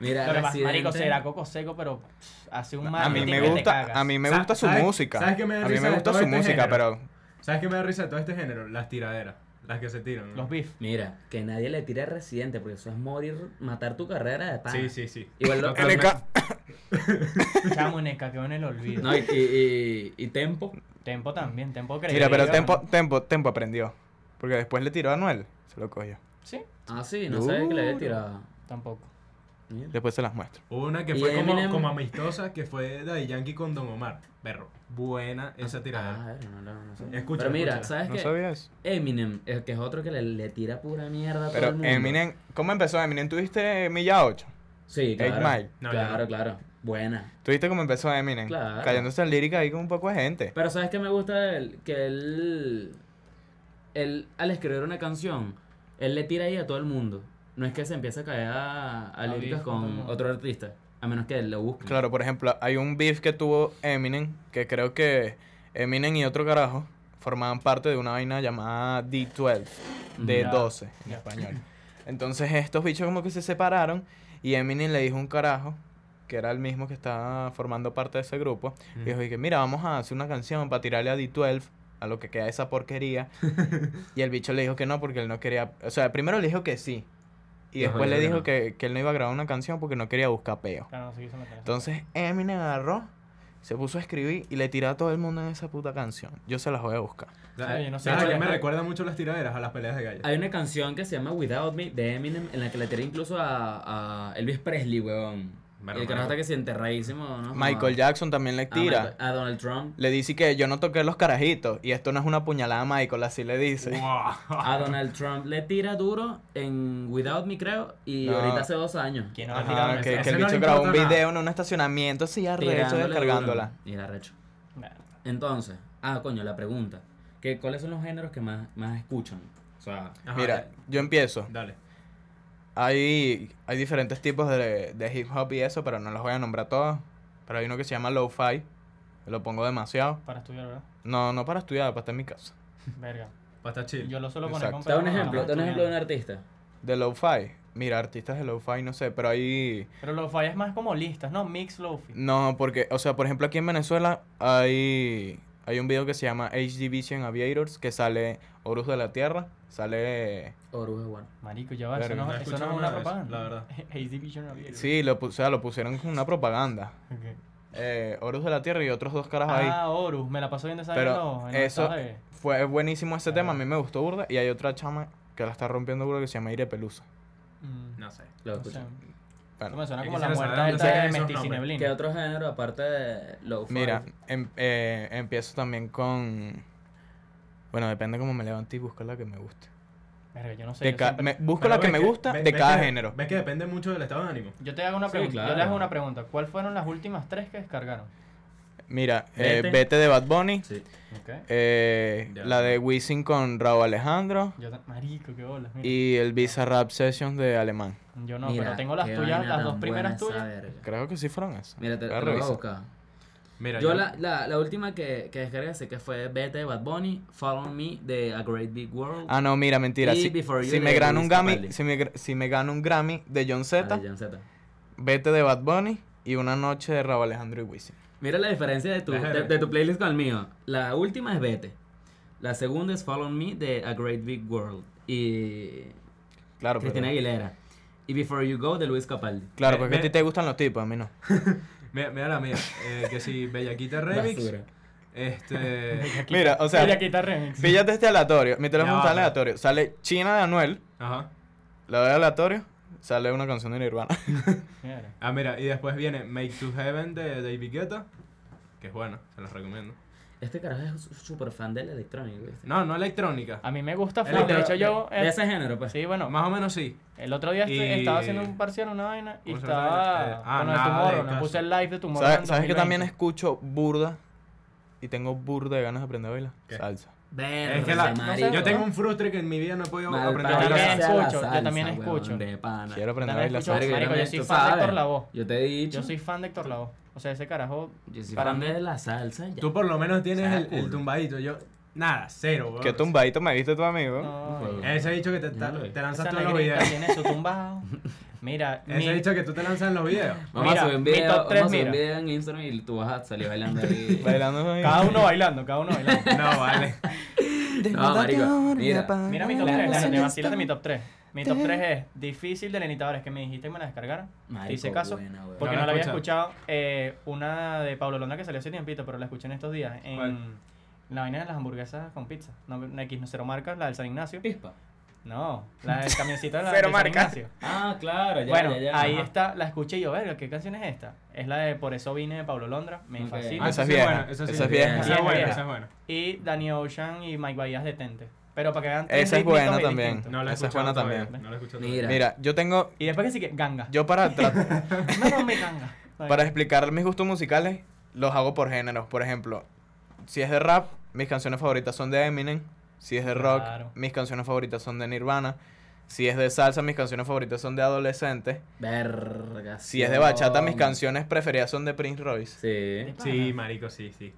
S4: Mira,
S1: va. Lo que pasa,
S4: Residente-
S1: marico, será coco seco, pero pff, hace un
S3: A
S1: marketing
S3: mí
S1: que
S3: me
S1: te
S3: gusta,
S1: cagas.
S3: a mí me
S2: Sa-
S3: gusta su
S2: ¿sabes-
S3: música.
S2: sabes qué me da
S3: a mí
S2: risa
S3: me
S2: de
S3: gusta
S2: todo
S3: su
S2: este
S3: música,
S2: género?
S3: pero
S2: ¿Sabes qué me da risa de todo este género? Las tiraderas, las que se tiran. ¿no?
S1: Los beef.
S4: Mira, que nadie le tire a Residente, porque eso es morir, matar tu carrera de pan.
S2: Sí, sí, sí.
S4: Igual lo-
S2: Totalmente.
S3: LK.
S1: Chamo, Neca quedó en el olvido.
S4: No, y, y, y- y Tempo.
S1: Tempo también, Tempo creí.
S3: mira, pero
S1: yo,
S3: tempo,
S1: ¿no?
S3: tempo, tempo aprendió, porque después le tiró a Anuel, se lo cogió.
S1: Sí,
S4: Ah, sí, no sabía que le había tirado.
S1: tampoco.
S4: Mira.
S3: Después se las muestro.
S2: Hubo una que
S4: Y
S2: fue como,
S4: Eminem-
S2: como amistosa, que fue Daddy Yankee con Don Omar. Perro. Buena esa
S4: Ah,
S2: tiradera.
S4: a ver, no, no, no sé.
S2: eh. Escucha,
S4: Pero mira,
S2: escucha.
S4: ¿sabes
S3: No
S4: qué?
S3: sabía eso.
S4: Eminem, el que es otro que le, le tira pura mierda a todo
S3: Pero
S4: el mundo.
S3: Eminem, ¿cómo empezó Eminem? ¿Tuviste Milla 8?
S4: Sí,
S3: Eight
S4: claro.
S3: Mile.
S2: No, ya
S4: claro,
S2: no.
S4: claro. Buena.
S3: ¿Tuviste cómo empezó Eminem?
S4: Claro.
S3: Cayéndose al lírica ahí con un poco de gente.
S4: Pero ¿sabes qué me gusta de él? Que él, él, al escribir una canción, él le tira ahí a todo el mundo. No es que se empiece a caer a, a
S1: A
S4: líricas
S1: beef con todo el
S4: con
S1: mundo.
S4: otro artista. A menos que lo busquen.
S3: Claro, por ejemplo, hay un beef que tuvo Eminem, que creo que Eminem y otro carajo formaban parte de una vaina llamada D12,
S1: Ya.
S3: D12 en
S1: Ya.
S3: español. Entonces estos bichos como que se separaron y Eminem le dijo a un carajo, que era el mismo que estaba formando parte de ese grupo, y dijo, y que, mira, vamos a hacer una canción para tirarle a D12 a lo que queda de esa porquería. y el bicho le dijo que no porque él no quería, o sea, primero le dijo que sí. Y
S4: Después
S3: después le
S4: dijo
S3: dijo
S4: que
S3: que, que él no iba a grabar una canción porque no quería buscar peo.
S1: Claro, Ah, no se quiso meter.
S3: Entonces Eminem agarró, se puso a escribir y le tiró a todo el mundo en esa puta canción. Yo se las voy a buscar.
S1: Oye, no sé cuál
S2: ¿Sabes a qué
S1: es.
S2: me recuerda mucho las tiraderas? A las peleas de gallos.
S4: Hay una canción que se llama Without Me de Eminem en la que le tiré incluso a, a Elvis Presley, weón.
S2: Bueno,
S4: el carajo
S2: marico.
S4: está que se enterradísimo, ¿no?
S3: Michael Jackson también le
S4: A
S3: tira.
S4: Ah, Michael- A, Donald Trump.
S3: Le dice que yo no toqué los carajitos y esto no es una puñalada a Michael, así le dice.
S4: A Donald Trump le tira duro en Without Me, creo, y
S3: No.
S4: ahorita hace dos años.
S1: ¿Quién no
S2: Ajá,
S1: ha tirado
S3: Ah,
S1: un
S3: que,
S1: mensaje?
S3: que el
S2: Ese no le
S3: bicho grabó un
S2: importa nada.
S3: video en un estacionamiento así arrecho
S4: Tirándole
S3: descargándola.
S4: duro. Y la recho.
S1: Nah.
S4: Entonces, ah, coño, la pregunta. que ¿Cuáles son los géneros que más, más escuchan? O sea,
S1: Ah,
S2: Ajá,
S3: Mira,
S2: eh,
S3: yo empiezo.
S2: Dale.
S3: Hay, hay diferentes tipos de, de hip hop y eso, pero no los voy a nombrar todos. Pero hay uno que se llama lo-fi. Lo pongo demasiado.
S1: Para estudiar, ¿verdad?
S3: No, no para estudiar, para estar en mi casa.
S1: Verga.
S2: Va a estar chill.
S1: Yo lo suelo poner con
S3: Exacto.
S4: da un
S1: personas
S4: ejemplo,
S1: que
S4: da un ejemplo de un
S1: estudian.
S4: artista.
S3: De lo-fi. Mira, artistas de lo-fi, no sé, pero ahí...
S1: Pero lo fi es más como listas, ¿no? Mix lofi.
S3: No, porque, o sea, por ejemplo, aquí en Venezuela hay, hay un video que se llama H Division Aviators, que sale Horus de la Tierra, sale...
S4: Orujo, bueno.
S1: Marico, ya va, eso
S3: Verga.
S1: no,
S2: No he
S1: eso no
S2: escuchado
S1: es
S2: nada
S1: una
S2: de eso,
S1: propaganda.
S2: la verdad.
S1: Hazy Division Aviator.
S3: Sí, lo, pu- o sea, lo pusieron con una propaganda.
S1: Ok.
S3: Eh, Horus de la Tierra y otros dos caras ahí.
S1: Ah, Horus, me la pasó viendo esa
S3: Pero
S1: en los- en los
S3: eso-
S1: estados de-
S3: Fue buenísimo ese tema, a
S1: Ah.
S3: mí me gustó burda. Y hay otra chama que la está rompiendo burda que se llama Ire Pelusa.
S1: Mm,
S2: No sé.
S4: Lo
S1: no sé.
S4: escuchan.
S1: Eso me suena
S2: Yo
S1: como la
S2: quisiera saber
S1: muerta
S2: dónde
S1: esta de
S2: sacan esos
S1: Mesticineblina.
S4: ¿Qué otro género aparte de lo
S3: Mira, em- eh, empiezo también con... Bueno, depende cómo me levante y busco la que me guste.
S1: Verga, yo no sé.
S3: De
S1: yo
S3: ca-
S1: siempre-
S3: me- busco
S2: Pero
S3: la que
S2: ves
S3: me gusta
S2: ves-
S3: de
S2: ves
S3: cada
S2: que-
S3: género.
S2: Ves que depende mucho del estado de ánimo.
S1: Yo te hago una
S4: Sí,
S1: pregunta. Yo
S4: claro.
S1: le hago una pregunta. ¿Cuáles fueron las últimas tres que descargaron?
S3: Mira, eh,
S4: Vete.
S3: Vete de Bad Bunny,
S4: Sí.
S1: Ok.
S3: eh,
S2: Ya.
S3: la de Wisin con Raúl Alejandro
S1: Yo ta- Marico, qué bolas. mira.
S3: y el Visa Rap Sessions de Alemán.
S1: Yo no,
S4: Mira,
S1: pero tengo las
S4: qué
S1: tuyas,
S4: vaina
S1: las dos
S4: tan
S1: primeras
S4: buena esa
S1: tuyas.
S4: verga.
S3: Creo que sí fueron esas.
S4: Mira, te,
S3: Voy a
S4: te lo voy a
S3: revisar.
S4: buscar.
S2: Mira,
S4: Yo la, la, la última que, que descargué así que fue Bete de Bad Bunny, Follow Me de A Great Big World.
S3: Ah, no, mira, mentira.
S4: Y
S3: Si,
S4: Before You
S3: si
S4: de
S3: me gano un
S4: Wiz
S3: Grammy,
S4: Capaldi.
S3: si me, gr- si me gano un Grammy de John
S4: Ah,
S3: Z,
S4: de John Zeta.
S3: Vete de Bad Bunny y Una Noche de Raúl Alejandro y Wisin.
S4: Mira la diferencia de tu,
S2: Déjame
S4: de,
S2: ver.
S4: de tu playlist con el mío. La última es Bete. La segunda es Follow Me de A Great Big World. Y
S3: Claro, Ah, pero-
S4: Cristina Aguilera. Y Before You Go de Luis Capaldi.
S3: Claro,
S2: Ve-
S3: porque a ti
S2: ve-
S3: te gustan los tipos, a mí no.
S2: Mira, mira la mía. Eh, que si Bellaquita Remix.
S4: Basura.
S2: Este.
S3: Mira, o sea-
S1: Ella quita remix.
S3: Píllate este aleatorio. Mi
S2: Ya
S3: teléfono
S2: va, pues.
S3: está
S2: pero-
S3: aleatorio. Sale China de Anuel,
S2: Ajá.
S3: la doy aleatorio, sale una canción de Nirvana.
S1: Mira.
S2: Ah, mira, y después viene Make to Heaven de David Guetta. Que es bueno, se los recomiendo.
S4: Este carajo es súper fan de la electrónica. ¿viste?
S2: No, no electrónica.
S4: Ah,
S1: A mí me gusta
S2: El
S1: full. De
S2: otro-
S1: hecho, yo. eh,
S4: De ese género, pues.
S1: Sí, bueno,
S2: Más o menos sí.
S1: el otro día estu-
S2: Y-
S1: estaba haciendo un parcial, una vaina, y
S2: ¿Cómo se
S1: estaba.
S2: llama? Eh, ah,
S1: con el
S2: nada de
S1: Tomorrow, me
S2: caso.
S1: puse el live de Tomorrow.
S3: ¿Sabes,
S1: en
S3: sabes que también
S1: 2020.
S3: escucho burda y tengo burda de ganas de aprender a bailar?
S2: ¿Qué?
S3: Salsa.
S4: Verga,
S2: Es que la-
S4: marico.
S2: yo tengo un frustre que en mi vida no he podido
S4: Mal
S2: aprender
S4: parido
S2: a
S1: Yo
S2: bailar.
S1: también
S4: sea la
S1: escucho, yo
S4: salsa,
S1: también
S4: weón,
S1: escucho.
S4: de pana.
S3: Quiero aprender a
S1: También
S3: bailar
S1: escucho-
S3: salsa.
S4: Verga,
S1: Marico, yo
S4: también,
S1: soy
S4: tú
S1: fan de Héctor
S4: sabes.
S1: Lavoe.
S4: Yo te he dicho.
S1: Yo soy fan de Héctor Lavoe. O sea, ese carajo.
S4: Yo soy
S1: Para
S4: fan
S1: mí-
S4: de la salsa. ya.
S2: Tú por lo menos tienes
S4: Sea
S2: el, el
S4: cool.
S2: tumbadito. Yo, nada, cero, weón.
S3: ¿Qué tumbadito me viste tu amigo?
S1: No,
S4: Bueno.
S2: Ese bicho que te,
S4: Ya lo vi.
S2: te, te
S1: esa
S2: lanzas todos los
S1: negrita
S2: videos.
S1: tiene su tumbado. Mira, mi-
S2: Ese bicho que tú te lanzas en los videos.
S4: Vamos
S1: Mira,
S4: a subir un
S1: mi
S4: video,
S1: top
S4: vamos
S1: tres,
S4: a subir un
S1: mira.
S4: video en Instagram y tú vas a salir bailando ahí.
S3: Bailando ahí.
S1: cada uno bailando, cada uno bailando.
S2: No, vale.
S4: No, marico, mira.
S1: Mira mi top 3, claro, te vacilas de mi top 3. Mi top 3 es Difícil del Enitadores, que me dijiste que me la descargara.
S4: Marico,
S1: Te hice caso.
S4: buena, weón.
S1: Porque
S2: No
S1: no la
S2: la
S1: había
S2: escuchado.
S1: escuchado. Eh, una de Pablo Londra que salió hace tiempito, pero la escuché en estos días.
S2: ¿Cuál?
S1: En la vaina de las hamburguesas con pizza. No, una X no cero marcas, la del San Ignacio.
S4: Pispa.
S1: No, la del camioncito de la
S3: Cero
S1: de San
S3: marca.
S1: Ignacio.
S4: Ah, claro, ya,
S1: bueno,
S4: ya, ya,
S1: ahí
S4: ajá.
S1: está, la escuché y yo, verga, ¿qué canción es esta? Es la de Por eso vine de Pablo Londra, me
S4: Ok.
S1: fascina.
S3: Ah, esa es
S2: sí
S3: vieja,
S2: buena, esa sí
S3: esa es
S2: buena.
S3: vieja.
S2: Esa es buena,
S1: Vieja.
S2: esa es buena.
S1: Y Danny Ocean y Mike Bahías Detente. Pero para que vean. tres
S3: Esa es
S1: ritmitos
S3: buena
S1: ahí
S3: también.
S1: distintos.
S2: No la he
S3: Esa es
S2: escuchado
S3: buena
S2: todavía,
S3: también.
S2: No la he escuchado
S4: Mira.
S2: todavía.
S3: Mira, yo tengo.
S1: Y después que sí que ganga.
S3: Yo para, tra-
S1: No, no me ganga.
S3: para explicar mis gustos musicales, los hago por géneros. Por ejemplo, si es de rap, mis canciones favoritas son de Eminem. Si es de rock,
S1: Claro.
S3: mis canciones favoritas son de Nirvana. Si es de salsa, mis canciones favoritas son de adolescentes.
S4: Verga.
S3: Si es de bachata, mis canciones preferidas son de Prince Royce.
S4: Sí.
S2: Sí, marico, sí, sí.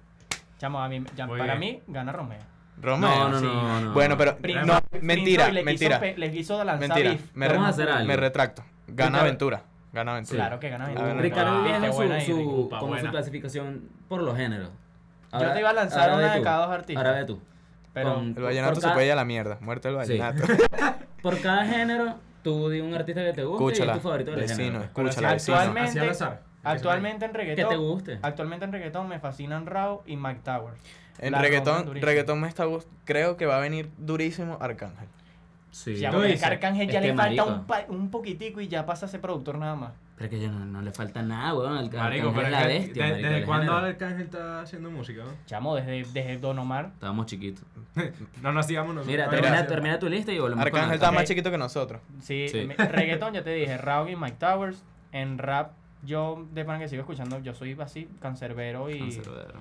S1: Chamo, a mí, ya-
S2: Muy
S1: para
S2: bien.
S1: mí, gana Romeo.
S3: Romeo.
S4: No, no,
S1: sí.
S4: no, no.
S3: Bueno, pero.
S1: Prince-
S3: no,
S1: Prince
S3: mentira,
S1: Roy le quiso
S3: mentira.
S1: pe- les quiso lanzar
S3: Mentira.
S1: beef.
S3: Me,
S4: Vamos
S3: re-
S4: a hacer algo.
S3: me retracto. Gana
S4: Ricardo-
S3: aventura. Gana aventura.
S1: Claro que gana
S3: A
S1: Ventura.
S3: ver,
S4: Ricardo
S2: Ah,
S4: Viejo
S1: Está buena
S4: su,
S1: ahí,
S4: su,
S1: Ricky.
S2: Upa,
S4: como su
S2: buena.
S4: clasificación por los géneros.
S1: Yo te iba a lanzar
S4: ahora
S1: una
S4: ve
S1: de
S4: tú.
S1: cada dos artistas.
S4: Ahora ve tú.
S1: Pero
S4: Con-
S3: El vallenato
S4: por
S3: se
S4: cada-
S3: puede ir a la mierda. Muerte el
S4: Sí.
S3: vallenato.
S4: Por cada género, tú di un artista que te guste y es
S3: Escúchala.
S4: tu favorito del
S3: Vecino,
S4: género.
S3: escúchala,
S1: Pero si
S3: vecino.
S1: actualmente-
S2: Así al azar.
S1: actualmente en
S4: Que te
S1: reggaetón.
S4: guste.
S1: Actualmente en reggaetón me fascinan Rao y Mike Towers.
S3: En
S1: La
S3: reggaetón,
S1: rompen durísimo.
S3: reggaetón me está gust- Creo que va a venir durísimo Arcángel.
S4: Sí.
S1: Si a
S2: Tú
S1: Mónica
S2: dices,
S1: Arcángel ya
S4: es que
S1: le falta un,
S4: marico.
S1: pa- un poquitico y ya pasa a ser productor nada más.
S4: Pero es que yo no, no le falta nada, weón. El
S2: Marico, pero
S4: es la
S2: que-
S4: bestia.
S2: de-
S4: marico,
S2: ¿Desde
S4: el
S2: cuándo
S4: género.
S2: Arcángel está haciendo música? no?
S1: Chamo, desde, desde Don Omar.
S4: Estábamos chiquitos.
S2: No nos sigamos nosotros.
S4: Mira,
S2: no
S4: termina,
S2: nos
S4: termina tu lista y volvemos con
S3: Arcángel
S4: la
S3: está
S4: otra.
S1: Ok.
S3: más chiquito que nosotros.
S1: Sí,
S4: Sí.
S1: me- reggaetón ya te dije, Rao y Mike Towers. En rap, yo de pan que sigo escuchando, yo soy así, cancerbero y
S4: Cancerbero.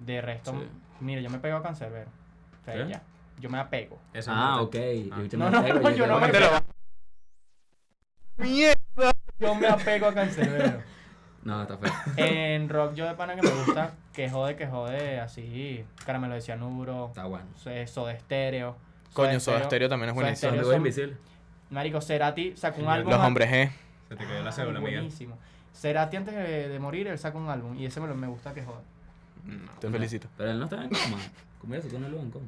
S1: de resto,
S4: Sí.
S1: mira, yo me pego a cancerbero. O sea,
S2: ¿Sí?
S1: ya, yo me apego.
S2: Eso
S4: Ah,
S2: no
S4: ok.
S2: te-
S4: Yo te
S1: No, no,
S4: mateo,
S1: no, yo no me
S4: te-
S1: apego.
S3: ¡Mierda!
S1: Yo me apego a cancerbero.
S4: No, está feo.
S1: En rock yo de pana que me gusta, que jode, que jode, así, caramelo de cianuro,
S4: Está bueno.
S1: so- eh, soda estéreo.
S3: Coño, Soda Stereo también es
S1: Soda
S3: buenísimo.
S1: Stereo
S4: Son de
S1: son-
S4: voz invisible.
S1: Marico, Cerati sacó un
S2: Los
S1: álbum.
S3: Los
S1: a-
S3: hombres eh, G.
S2: Se te cayó la
S1: Ah,
S2: cédula, Miguel.
S1: buenísimo. Cerati antes de, de morir, él sacó un álbum y ese me, lo- me gusta que joda.
S3: Te felicito.
S4: Pero él no estaba en coma. ¿Cómo eso? ¿Tú no lo en coma?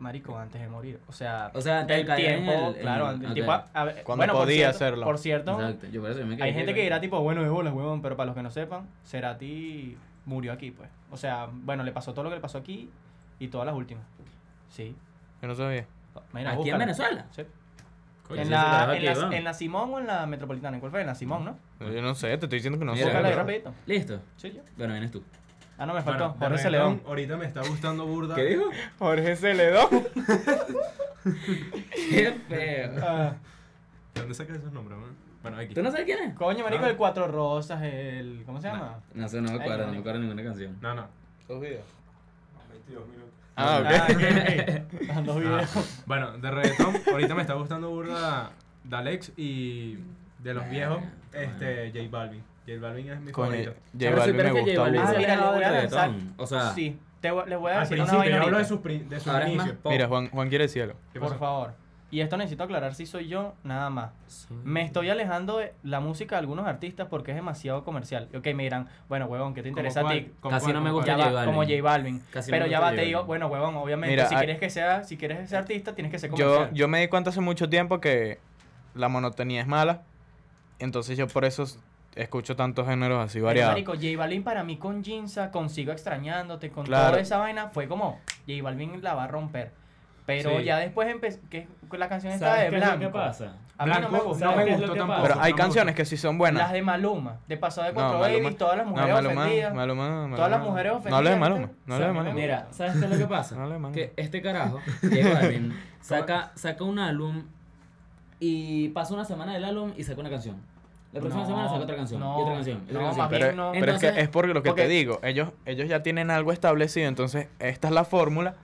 S1: Marico, antes de morir. O sea,
S4: O sea, antes de
S1: el
S4: caer en
S1: tiempo,
S4: el- en-
S1: claro, el
S4: ok.
S1: tipo. a- a ver,
S3: Cuando
S1: por
S3: podía
S1: cierto-
S3: hacerlo.
S1: Por cierto,
S4: Exacto. Yo por eso yo me quedé
S1: hay gente
S4: ahí,
S1: que
S4: ¿verdad?
S1: dirá tipo, bueno, de bola, huevón, pero para los que no sepan, Cerati murió aquí, pues. O sea, bueno, le pasó todo lo que le pasó aquí y todas las últimas. Sí.
S3: Yo no sabía.
S1: Mira,
S4: ¿Aquí en
S1: búscalo.
S4: Venezuela?
S1: Sí.
S2: Coño,
S1: En
S4: sí,
S1: la,
S4: carajo,
S1: en, la,
S4: aquí, va.
S1: en la Simón o en la Metropolitana, ¿en cuál fue? En la Simón, ¿no?
S3: Yo no sé, te estoy diciendo que no
S4: Mira,
S3: sé.
S1: Búscala ahí
S4: bro.
S1: rapidito.
S4: Listo.
S1: Sí, yo.
S4: Bueno, vienes tú.
S1: Ah, no, me
S2: Bueno,
S1: faltó.
S2: de
S1: Jorge
S2: reggaetón,
S1: Celedón.
S2: Ahorita me está gustando burda.
S4: dijo?
S3: Jorge Celedón.
S4: Qué feo.
S1: Ah,
S2: ¿De dónde sacas esos nombres, man? Bueno, aquí.
S4: ¿Tú no sabes quién es?
S1: coño, marico,
S2: Ah.
S1: el Cuatro Rosas, el... ¿Cómo se llama?
S4: No sé, no me
S1: Ay,
S4: acuerdo, no me
S1: marico.
S4: acuerdo de ninguna canción.
S2: No, no.
S3: Dos videos.
S2: 22 minutos.
S1: Ah,
S3: Ah, ok.
S1: ok, ok.
S2: Ah.
S1: Los videos.
S2: Bueno, de reggaetón, ahorita me está gustando burda Dalex y de los viejos, este, J Balvin. J Balvin es mi
S3: Coño,
S2: favorito.
S3: J Balvin me gusta.
S1: Balvin
S4: Ah,
S1: se
S3: burda.
S1: mira,
S4: mira,
S1: le
S4: le
S1: voy a lanzar-
S4: O sea,
S1: Sí, te, voy- les voy a
S2: Ah. Al
S1: decir una
S2: principio,
S1: vaina
S2: yo hablo de
S1: ahorita.
S2: sus pri- de sus
S4: ahora es más
S2: inicios.
S4: pop.
S3: Mira, Juan, Juan quiere decirlo.
S2: ¿Qué
S1: Por
S2: pasó?
S1: favor. Y esto necesito aclarar si soy yo, nada más. Me estoy alejando de la música de algunos artistas porque es demasiado comercial. Y ok, me dirán, bueno, huevón, ¿qué te
S2: ¿Cómo
S1: interesa a
S2: cuál?
S1: ti?
S2: ¿Cómo
S4: Casi
S2: cuál?
S4: no me
S2: ¿Cómo
S4: gusta
S1: Ya
S2: cuál?
S4: J
S1: va, como
S4: Balvin.
S1: J Balvin.
S4: Casi
S1: Pero
S4: no me
S1: ya va,
S4: gusta
S1: te
S4: J
S1: digo,
S4: Balvin.
S1: bueno, huevón, obviamente,
S3: Mira,
S1: si,
S3: hay-
S1: quieres que sea, si quieres ser artista, tienes que ser
S3: Yo,
S1: comercial.
S3: yo me di cuenta hace mucho tiempo que la monotonía es mala. Entonces yo por eso s- escucho tantos géneros así
S1: Pero,
S3: variados.
S1: marico, J Balvin para mí con Jinza, consigo extrañándote, con
S3: Claro.
S1: toda esa vaina, fue como J Balvin la va a romper. Pero
S2: Sí.
S1: ya después empezó, que la canción está
S4: ¿Sabes
S1: de
S4: qué es lo
S1: Blanco.
S4: que pasa?
S1: A mí no me
S2: Blanco,
S1: gusta.
S2: no me
S4: ¿Qué es lo
S2: gustó
S4: que
S2: tampoco.
S4: pasa?
S3: Pero
S2: no
S3: hay
S2: me gusta.
S3: canciones que sí son
S1: Las
S3: buenas.
S1: de Maluma, de Pasado de
S3: No,
S1: Cuatro
S3: Maluma-
S1: Babies, todas las
S3: No,
S1: mujeres
S3: Maluma,
S1: ofendidas.
S3: Maluma,
S1: Todas las
S3: Maluma.
S1: mujeres
S3: No hables de
S1: ofendidas,
S3: Maluma,
S1: ¿viste?
S3: no
S1: O sea,
S3: hables de
S1: a mí me
S3: Maluma.
S4: Mira, ¿sabes qué es lo que pasa?
S3: No hables de Maluma.
S4: que este carajo, J Balvin, saca, saca un álbum y pasa una semana del álbum y saca una canción. La próxima
S1: No,
S4: semana saca otra canción.
S1: no,
S4: y otra canción. y otra
S1: no,
S4: canción.
S1: más bien
S3: Pero,
S1: no.
S3: pero es que
S4: Entonces,
S3: es por lo que
S1: porque-
S3: te digo, ellos, ellos ya tienen algo establecido, entonces esta es la fórmula.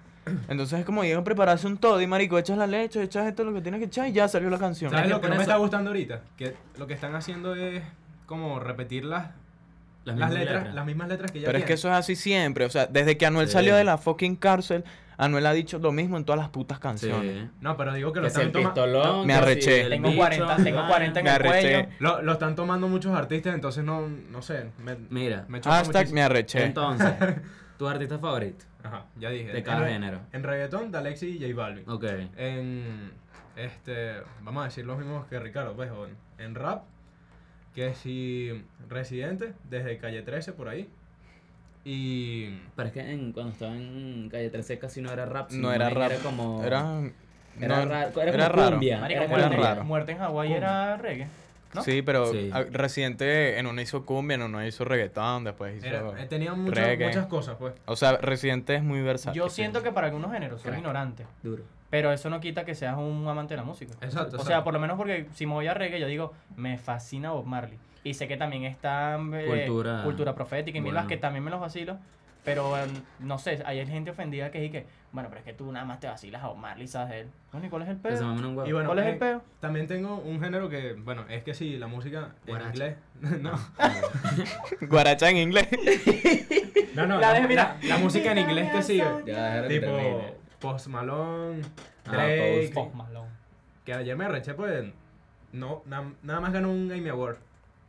S3: Entonces es como llegan a prepararse un todo y marico, echas la leche, echas esto, lo que tienes que echar y ya salió la canción.
S2: ¿Sabes lo que
S4: Por
S2: no me
S4: eso-
S2: está gustando ahorita? Que lo que están haciendo es como repetir las,
S4: Las
S2: las
S4: mismas
S2: letras,
S4: letras.
S2: las mismas letras que ya
S3: Pero es que
S2: tienen.
S3: eso es así siempre, o sea, desde que Anuel
S4: Sí.
S3: salió de la fucking cárcel, Anuel ha dicho lo mismo en todas las putas canciones.
S4: Sí.
S2: No, pero digo que lo
S4: Que si el
S2: están, toma-
S4: pistolón, que
S3: Me
S4: si
S3: arreché.
S4: el
S1: Tengo
S4: bicho,
S1: 40, tengo
S4: ah.
S1: 40 en
S3: Me
S1: el cuello.
S3: arreché.
S2: lo, lo están tomando muchos artistas, entonces no, no sé. Me,
S4: Mira,
S2: me choca
S3: Hashtag
S2: muchísimo.
S3: me arreché.
S4: entonces, tu artista favorito
S2: Ajá, ya dije.
S4: de cada
S2: en,
S4: género.
S2: En reggaetón, de Alexis y J Balvin.
S4: Ok.
S2: En, este, vamos a decir los mismos que Ricardo, pues, o en, en rap, que si Residente, desde Calle 13, por ahí. Y...
S4: Pero es que en- cuando estaba en Calle 13 casi no era rap. sino
S3: No era
S4: más bien
S3: rap,
S4: Era como...
S3: Era,
S4: era
S3: no,
S4: raro, era
S3: era
S4: como
S3: raro.
S4: cumbia.
S1: Marico,
S4: Era
S1: muerte,
S3: raro.
S1: muerte en Hawái era reggae. ¿no?
S3: Sí, pero
S4: Sí.
S3: ah, Residente en una hizo cumbia, en una hizo reggaetón, después hizo...
S2: Era,
S1: este-
S2: eh, tenía muchas,
S3: reggae.
S2: muchas cosas, pues.
S3: O sea, Residente es muy versátil.
S1: Yo siento que para algunos géneros soy
S4: Crack.
S1: ignorante.
S4: Duro.
S1: Pero eso no quita que seas un amante de la música.
S2: Exacto,
S1: O sea, por lo menos porque si me voy a reggae, yo digo, me fascina Bob Marley. Y sé que también está eh,
S4: Cultura.
S1: cultura profética y mil
S4: Bueno.
S1: las que también me los vacilo. Pero em, no sé, hay gente ofendida que dice que, bueno, pero es que tú nada más te vacilas a Omar y sabes de él. Bueno, ¿y cuál es el
S4: Que se
S1: pedo?
S4: mamen un huevo.
S2: Y bueno,
S1: ¿Cuál es el
S2: eh,
S1: peo?
S2: También tengo un género que, bueno, es que sí, la música en
S4: Guaracha.
S2: inglés. no,
S3: Guaracha en inglés.
S2: no, no.
S1: La
S2: La,
S1: de- mira.
S2: la música en inglés que sigue.
S5: Ya, déjalo que
S2: Tipo
S5: termine.
S2: Post Malone,
S4: Ah,
S2: Drake.
S4: Post.
S1: Post Malone.
S2: que ayer me arreché, pues. No, na- nada más ganó un Emmy Award.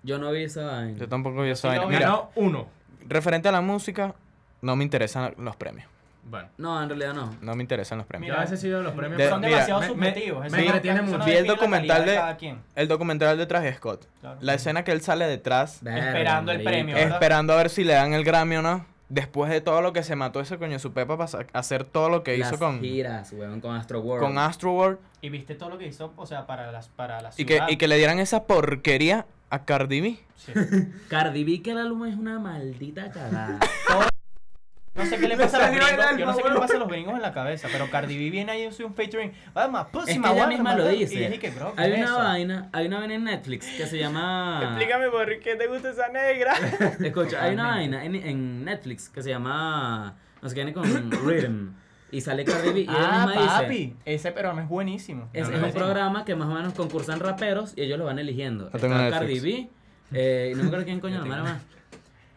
S4: Yo no vi esa vaina.
S3: Yo tampoco vi esa
S1: Sí,
S3: vaina.
S1: no,
S3: Mira,
S2: Ganó uno.
S3: referente a la música, no me interesan los premios.
S2: Bueno.
S4: No, en realidad no.
S3: No me interesan los premios.
S1: Mira,
S2: yo a veces sí veo los premios.
S3: de-
S2: pero
S1: Son
S3: mira,
S1: demasiado
S2: me- me-
S1: subjetivos. eso
S2: Me,
S1: no-
S2: entretiene
S1: eso no
S2: mucho.
S3: Vi el
S1: define la
S3: documental
S1: calidad
S3: de-
S1: cada quien.
S3: El documental de Travis Scott.
S1: Claro.
S3: La escena que él sale detrás,
S1: Esperando el
S4: marico.
S3: Eh,
S1: premio, ¿verdad?
S3: esperando a ver si le dan el Grammy o no. Después de todo lo que se mató ese coño su pepa para sa- hacer todo lo que
S4: Las
S3: hizo con,
S4: giras, huevón, con Astro World.
S3: con Astro World.
S1: Y viste todo lo que hizo, o sea, para las para la
S3: Y que,
S1: ciudad.
S3: y que le dieran esa porquería a Cardi B.
S1: Sí.
S4: Cardi B que el álbum es una maldita cagada.
S1: No sé qué le pasa a los gringos. Yo no sé qué le pasa a los gringos en la cabeza, pero Cardi B viene ahí y hace un featuring. Ah, más pussy,
S4: es que
S1: my
S4: ella
S1: wife,
S4: misma
S1: my
S4: lo
S1: wife.
S4: dice.
S1: Y dije que, bro, ¿qué
S4: hay
S1: es
S4: una
S1: eso?
S4: vaina, hay una vaina en Netflix que se llama
S1: por qué te gusta esa negra.
S4: Escucha, hay una vaina en, en Netflix que se llama no sé qué ni con Rhythm y sale Cardi B y ella
S1: Ah,
S4: misma dice
S1: papi. Ese programa es buenísimo.
S4: es,
S2: No,
S4: es
S2: no,
S4: un
S2: no.
S4: programa que más o menos concursan raperos y ellos lo van eligiendo.
S3: No tengo
S4: Está Cardi
S3: Netflix.
S4: B, eh, y no me acuerdo quién coño la madre más.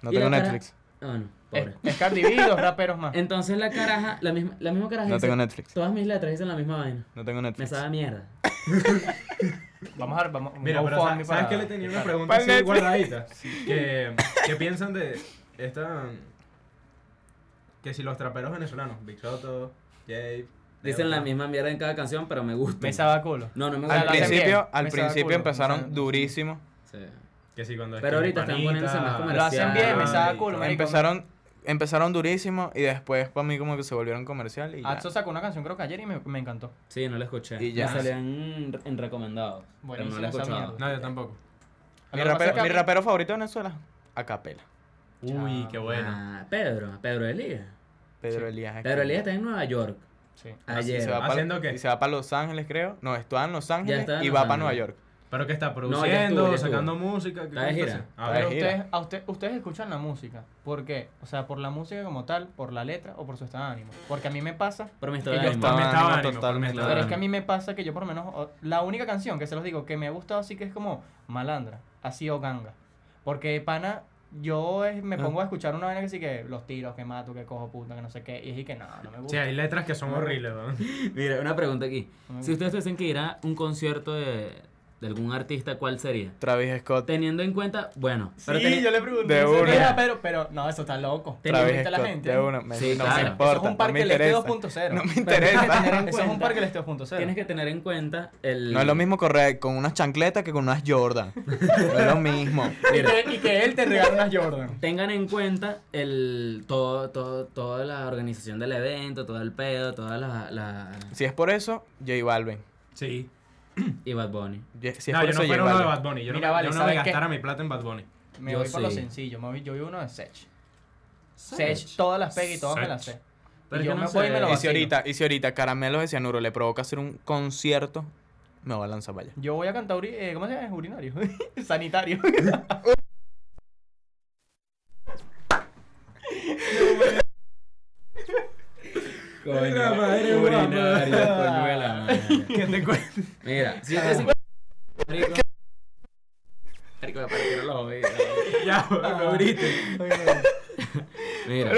S3: No
S4: Y la
S3: tengo
S4: cara-
S3: Netflix.
S4: Ah, Bueno,
S1: Es,
S4: pobre.
S1: es Cardi B y dos raperos más.
S4: Entonces la caraja, la misma, la misma caraja
S3: No
S4: dice,
S3: tengo Netflix.
S4: todas mis letras dicen la misma vaina.
S3: No tengo
S4: Me
S3: Netflix.
S4: sabe a mierda.
S1: Vamos a ver, vamos
S2: Mira,
S1: un
S2: pero
S1: GoFundMe
S2: ¿sabes, ¿sabes
S1: para-
S2: que le tenía una
S1: para-
S2: pregunta así guardadita? Que, ¿Qué piensan de esta... Que si los traperos venezolanos, Big Soto, Jay...
S4: Dicen la misma mierda en cada canción, pero me gusta.
S1: Me sabe a culo.
S4: No, no me
S1: Ah,
S3: Al
S1: la
S4: gusta.
S1: hacen bien.
S3: principio, al
S1: Me sabe a
S3: principio
S1: culo, me
S3: empezaron
S1: sabe-
S3: durísimo.
S4: Sí.
S2: Que si cuando es
S4: Pero
S2: que
S4: ahorita están
S2: Juanita,
S4: poniéndose más
S1: Lo hacen bien, me sabe a
S2: y-
S1: culo, marico.
S3: Empezaron, empezaron durísimo y después para mí como que se volvieron comercial y ya.
S1: Atso Ah, sacó una canción creo que ayer y me, me encantó.
S4: Sí, no la escuché.
S3: Y ya.
S4: Me salió en, en recomendados. Pero no
S1: Buenísimo
S4: la he
S1: esa
S4: escuchado.
S1: mierda.
S2: No, yo tampoco.
S3: Mi
S1: Lo que pasa es
S3: rapero,
S1: que a
S3: mi
S1: mí-
S3: rapero favorito de Venezuela, Acapela.
S2: Uy, qué bueno.
S4: Ah, Pedro, Pedro Elías.
S3: Pedro Elías. es
S4: Pedro
S3: cool.
S4: Elías está en Nueva York.
S1: Sí.
S3: Y Ah, se
S4: Ayer.
S3: va pa-
S2: ¿Haciendo qué?
S3: Y se va para Los Ángeles, creo. No, estuvo en Los Ángeles
S4: está en
S3: y
S4: Los
S3: va para Nueva
S4: Ángeles.
S3: York.
S2: Pero que está
S4: estuvo,
S2: produciendo,
S4: ya estuvo.
S2: sacando música. ¿qué
S4: Está de
S2: cosa
S4: gira.
S2: hace? Ah,
S3: Está de
S1: Pero
S2: ok.
S3: gira.
S1: ustedes, a usted- ustedes escuchan la música, ¿por qué? O sea, por la música como tal, por la letra o por su estado de ánimo. Porque a mí me pasa,
S4: Por mi
S1: Que yo
S4: historia
S2: Estaba
S3: Estaba
S2: estaba
S3: ánimo
S2: ánimo,
S3: totalmente.
S2: estaba
S1: pero es
S2: ánimo.
S1: que a mí me pasa que yo por lo menos, o- la única canción que se los digo que me ha gustado así que es como malandra, así o ganga. Porque de pana, yo es- me
S3: Ah.
S1: pongo a escuchar una vaina que sí que los tiros, que mato, que cojo puta, que no sé qué, y es y que no, no me
S2: Sí,
S1: gusta.
S2: hay letras que son horribles, weón.
S4: Mira, una pregunta aquí.
S1: Mm.
S4: Si ustedes tuviesen que ir a un concierto de, de algún artista, ¿cuál sería?
S3: Travis Scott.
S4: Teniendo en cuenta, bueno, pero teni-
S1: le pregunté.
S3: De
S1: eso,
S3: una.
S1: mira, pero, pero, no, eso está loco.
S4: Te
S3: Travis
S1: limita la
S3: Scott.
S1: gente,
S3: de
S1: ¿eh?
S3: uno. Me-
S4: Sí,
S3: no
S4: claro. Eso
S3: me
S4: es
S3: importa.
S1: eso es un
S3: no
S1: parque
S3: me
S1: Leste
S3: interesa.
S1: 2.0.
S3: No me
S1: Eso
S3: interesa.
S1: es un parque Leste 2.0.
S4: tienes que tener en cuenta el...
S3: No es lo mismo correr con unas chancletas que con unas Jordan. No es lo mismo.
S1: Y que- y que él te regala unas Jordan.
S4: Tengan en cuenta el todo, todo, toda la organización del evento, todo el pedo, todas las... La,
S3: Si es por eso, J Balvin.
S2: Sí.
S4: y Bad Bunny.
S3: Ye- Si es
S2: No,
S3: por
S2: yo no
S3: eso, J
S2: fuera uno de
S3: Balvin.
S2: Bad Bunny. Yo
S1: Mira,
S2: no,
S1: vale,
S2: yo no me
S1: ¿sabes qué?
S2: gastara mi plata en Bad Bunny.
S1: Me
S4: Yo
S1: voy por lo
S4: sí.
S1: sencillo, me voy, yo vi uno de Sech.
S4: Sech.
S1: Sech, todas las pega y todas me las
S2: Sech.
S1: sé.
S4: Pero
S1: y
S4: yo
S1: yo
S4: no
S1: me voy y
S4: sé.
S1: me lo
S3: Y si
S1: vacilo.
S3: ahorita, y si ahorita Caramelo de Cianuro le provoca hacer un concierto, me va a lanzar vaya.
S1: Yo voy a cantar, uri- eh, ¿cómo se llama? Urinario. Sanitario.
S4: Coño,
S2: La madre,
S4: urinario,
S2: guapa.
S4: coño de la madre.
S2: ¿Qué te cuento?
S4: Mira, si te Marico, Marico, me partieron los oídos.
S2: ya, weón, no grites.
S4: Ah. Mira.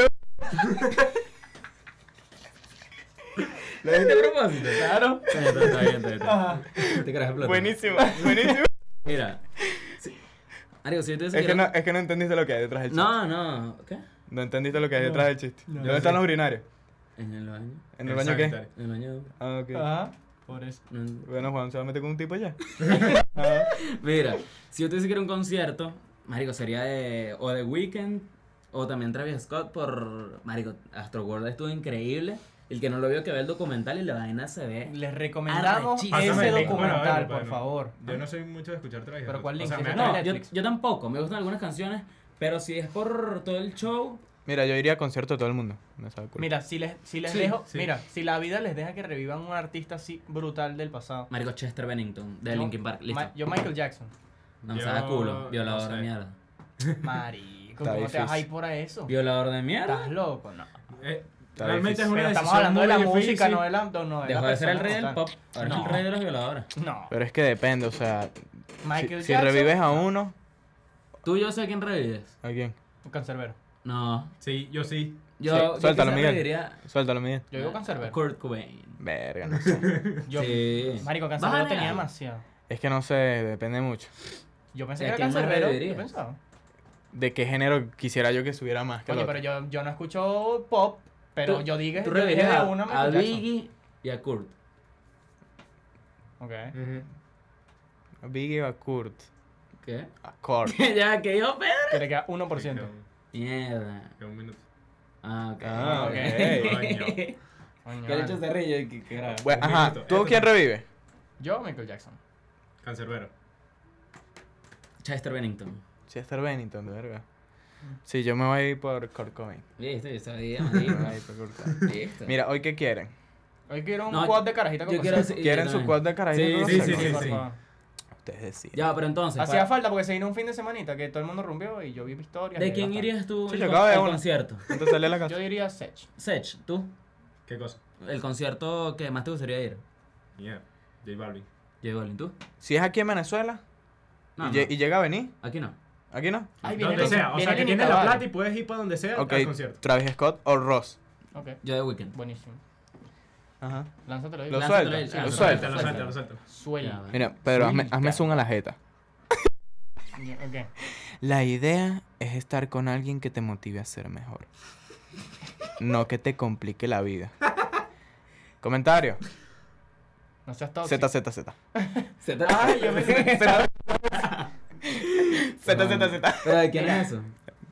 S4: ¿Lo dijiste a propósito? Claro. Está bien, está bien, está bien. Te querés explotar.
S3: buenísimo.
S4: Mira. Sí. Marico, si yo te
S3: Es que, no, es que no entendiste lo que hay detrás del chiste.
S4: No, no. ¿Qué?
S3: No entendiste lo que hay detrás del chiste. ¿Dónde están los urinarios?
S4: En el baño.
S3: ¿En el baño qué?
S2: sanitario.
S4: En el baño.
S3: Ah, ok.
S1: Ajá, por eso.
S4: no-
S3: Bueno, Juan, se va a meter con un tipo ya.
S4: Mira, si yo te que era un concierto, Marico, sería de. O de Weekend. O también Travis Scott por. Marico, Astro World estuvo increíble. El que no lo vio que ve el documental y la vaina se ve.
S1: Eh, Les recomendamos
S4: Arrechísimo.
S1: ese
S2: Pásame el link. Bueno, a
S1: documental,
S2: ver,
S1: por
S2: bueno.
S1: favor.
S2: Yo no soy mucho de escuchar Travis
S1: Pero
S2: Scott.
S1: ¿cuál
S2: O
S1: link?
S2: sea,
S1: Si
S2: me
S1: eso
S2: atrae.
S4: No, yo,
S1: Netflix.
S4: yo tampoco, me gustan algunas canciones, pero si es por todo el show,
S3: Mira, yo iría a concierto de todo el mundo. Me sabe culo.
S1: Mira, si les, si les
S2: Sí,
S1: dejo,
S2: sí.
S1: mira, si la vida les deja que revivan un artista así brutal del pasado.
S4: Marico Chester Bennington de
S1: Yo-
S4: Linkin Park, listo.
S1: Ma- yo Michael Jackson.
S4: no me
S2: Yo-
S4: saca culo, violador
S2: no sé.
S4: de mierda.
S1: Marico. ¿Cómo te vas a ir
S3: difícil.
S1: por eso?
S4: Violador de mierda.
S1: Estás loco, no.
S2: Eh,
S3: Está
S2: realmente es
S3: difícil.
S2: una
S1: Pero estamos
S2: decisión
S1: hablando de
S2: muy
S1: la música,
S2: difícil.
S1: no de la. No, no, de la
S4: Dejó de ser el
S1: persona
S4: rey del
S1: como
S4: pop. Ahora es
S1: No.
S4: el rey de los violadores.
S1: tal. No.
S3: Pero es que depende, o sea, si,
S1: Michael
S3: si
S1: Jackson.
S3: revives a uno,
S4: ¿Tú yo sé quién revives?
S3: ¿a quién?
S1: Cancerbero.
S4: No.
S2: Sí, yo sí.
S4: Yo,
S3: Sí,
S4: yo
S3: suéltalo,
S4: quizás
S3: Miguel.
S4: reviviría-
S3: Suéltalo, Miguel.
S1: Yo
S4: Ah,
S1: digo Cancerbero.
S4: Kurt Cobain.
S3: Verga, no sé.
S1: Yo,
S4: Sí.
S1: Marico,
S4: Vas
S1: Cancerbero
S4: a
S1: tenía
S4: negar.
S1: demasiado.
S3: Es que no sé, depende mucho.
S1: Yo pensé que
S4: ¿De
S1: era
S4: quién más
S1: Cancerbero. Yo
S4: revivirías?
S1: pensaba.
S3: ¿De qué género quisiera yo que subiera más que el
S1: Coño,
S3: otro?
S1: pero yo, yo no escucho pop, pero
S4: Tú-
S1: yo diga
S4: Tú
S1: yo dije
S4: revivirías
S1: de
S4: a,
S1: una
S4: a
S1: Michael Jackson.
S4: Biggie y a Kurt.
S1: Ok.
S2: Ujú.
S3: Biggie o a Kurt.
S4: ¿Qué?
S3: A Kurt.
S4: ya, que yo, Pedro.
S1: Que le queda
S2: Queda
S1: 1%.
S2: un-
S4: Mierda.
S2: queda un minuto.
S4: Ah, ok.
S3: Ah,
S1: ok. Coño,
S2: Coño.
S4: ¿Qué le
S1: vale.
S4: echas de rey? ¿Qué, qué grave.
S3: Bueno,
S2: Un
S3: ajá,
S2: minuto,
S3: ¿tú
S2: esto
S3: quién
S2: no.
S3: revive?
S1: Yo, Michael Jackson.
S2: Cancerbero.
S4: Chester Bennington.
S3: Chester Bennington, de verga. Sí, yo me voy a ir por Kurt Cobain.
S4: Listo, yo sabía,
S3: Me voy a
S4: marico.
S3: ir por Kurt Cobain.
S4: Listo.
S3: Mira, ¿hoy qué quieren?
S1: Hoy quiero un
S4: No,
S1: quad de carajita con
S4: yo quiero
S1: José.
S4: sí, yo
S3: ¿Quieren su
S4: también.
S3: quad de carajito?
S4: Sí,
S3: con
S2: sí,
S3: José?
S2: sí, sí.
S1: por favor.
S3: Ustedes deciden.
S4: Ya, pero entonces.
S1: Hacía
S4: para-
S1: falta porque se vino un fin de semanita que todo el mundo rumbió y yo vi historias. y
S4: ¿De quién
S1: bastante.
S4: irías tú
S3: Sí,
S4: el
S3: yo
S4: con-
S3: acabo de
S4: al
S3: una.
S4: concierto?
S3: ¿Cuánto sale la
S1: Yo
S3: canción?
S1: diría Sech.
S4: Sech, tú.
S2: ¿Qué cosa?
S4: El concierto que más te gustaría ir.
S2: Yeah. J Balvin.
S4: J Balvin, tú.
S3: Si es aquí en Venezuela
S4: No,
S3: y,
S4: no,
S3: lle- y llega a venir,
S4: Aquí no.
S3: ¿aquí no?
S1: Ay, viene
S2: Donde
S1: Lin-
S2: sea. O
S1: viene
S2: sea, que
S1: Lin
S2: tienes la
S1: Cabal.
S2: plata y puedes ir para donde sea
S3: Ok,
S2: al concierto.
S3: Travis Scott o Ross.
S1: Ok,
S4: Yo de Weekend.
S1: buenísimo.
S3: Ajá.
S1: Lánzatelo ahí.
S3: Lo
S4: Lánzatelo
S3: suelta,
S4: ahí,
S3: sí, lo
S4: lánzatelo,
S3: suelta.
S2: Suéltalo, suéltalo, suéltalo.
S1: Suelta.
S4: Ya,
S3: Mira, pero hazme,
S1: Suelta.
S3: hazme zoom a la jeta.
S1: Ok.
S3: La idea es estar con alguien que te motive a ser mejor. No que te complique la vida. Comentario.
S1: No seas tóxico.
S3: Z, Z, Z.
S4: Se tra-
S1: Ay, yo pensé que-
S3: Z,
S4: No,
S3: Z, Z.
S4: ¿Pero de quién es eso?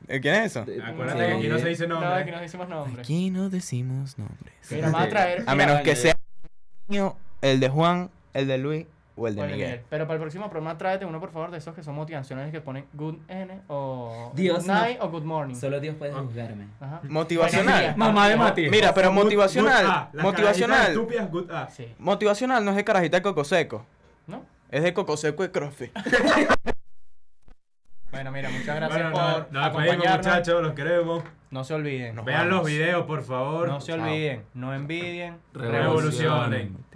S3: ¿Eh, ¿Quién es eso?
S4: De-
S2: Acuérdate
S4: sí.
S2: que aquí no se dice
S1: No, aquí
S2: nombre.
S1: no decimos nombres.
S3: Aquí no decimos nombres.
S1: Mira, vamos a traer.
S3: A
S1: mira,
S3: menos que
S4: vale.
S3: sea el mío, el de Juan, el de Luis o el de
S1: Oye,
S3: Miguel.
S1: Miguel, Pero para el próximo programa tráete uno, por favor, de esos que son motivacionales que ponen good N o
S4: Dios,
S1: good night o good morning.
S4: Solo Dios puede juzgarme.
S1: Ajá.
S3: Motivacional.
S4: Mamá de Mati.
S3: Mira, pero
S2: Good- good
S1: Ah,
S2: A,
S3: motivacional.
S2: las carajitas
S3: Motivacional.
S2: Estúpidas, good A.
S1: Sí.
S3: Motivacional no es de carajita de coco seco.
S1: ¿No?
S3: Es de coco seco y crossfit.
S1: Bueno, mira, muchas
S2: Bueno,
S1: gracias
S2: no,
S1: por
S2: nos despedimos,
S1: acompañarnos.
S2: muchachos, los queremos.
S1: No se olviden.
S2: Vean
S1: vamos.
S2: los videos, por favor.
S1: No se olviden. No envidien.
S2: Revolucionen.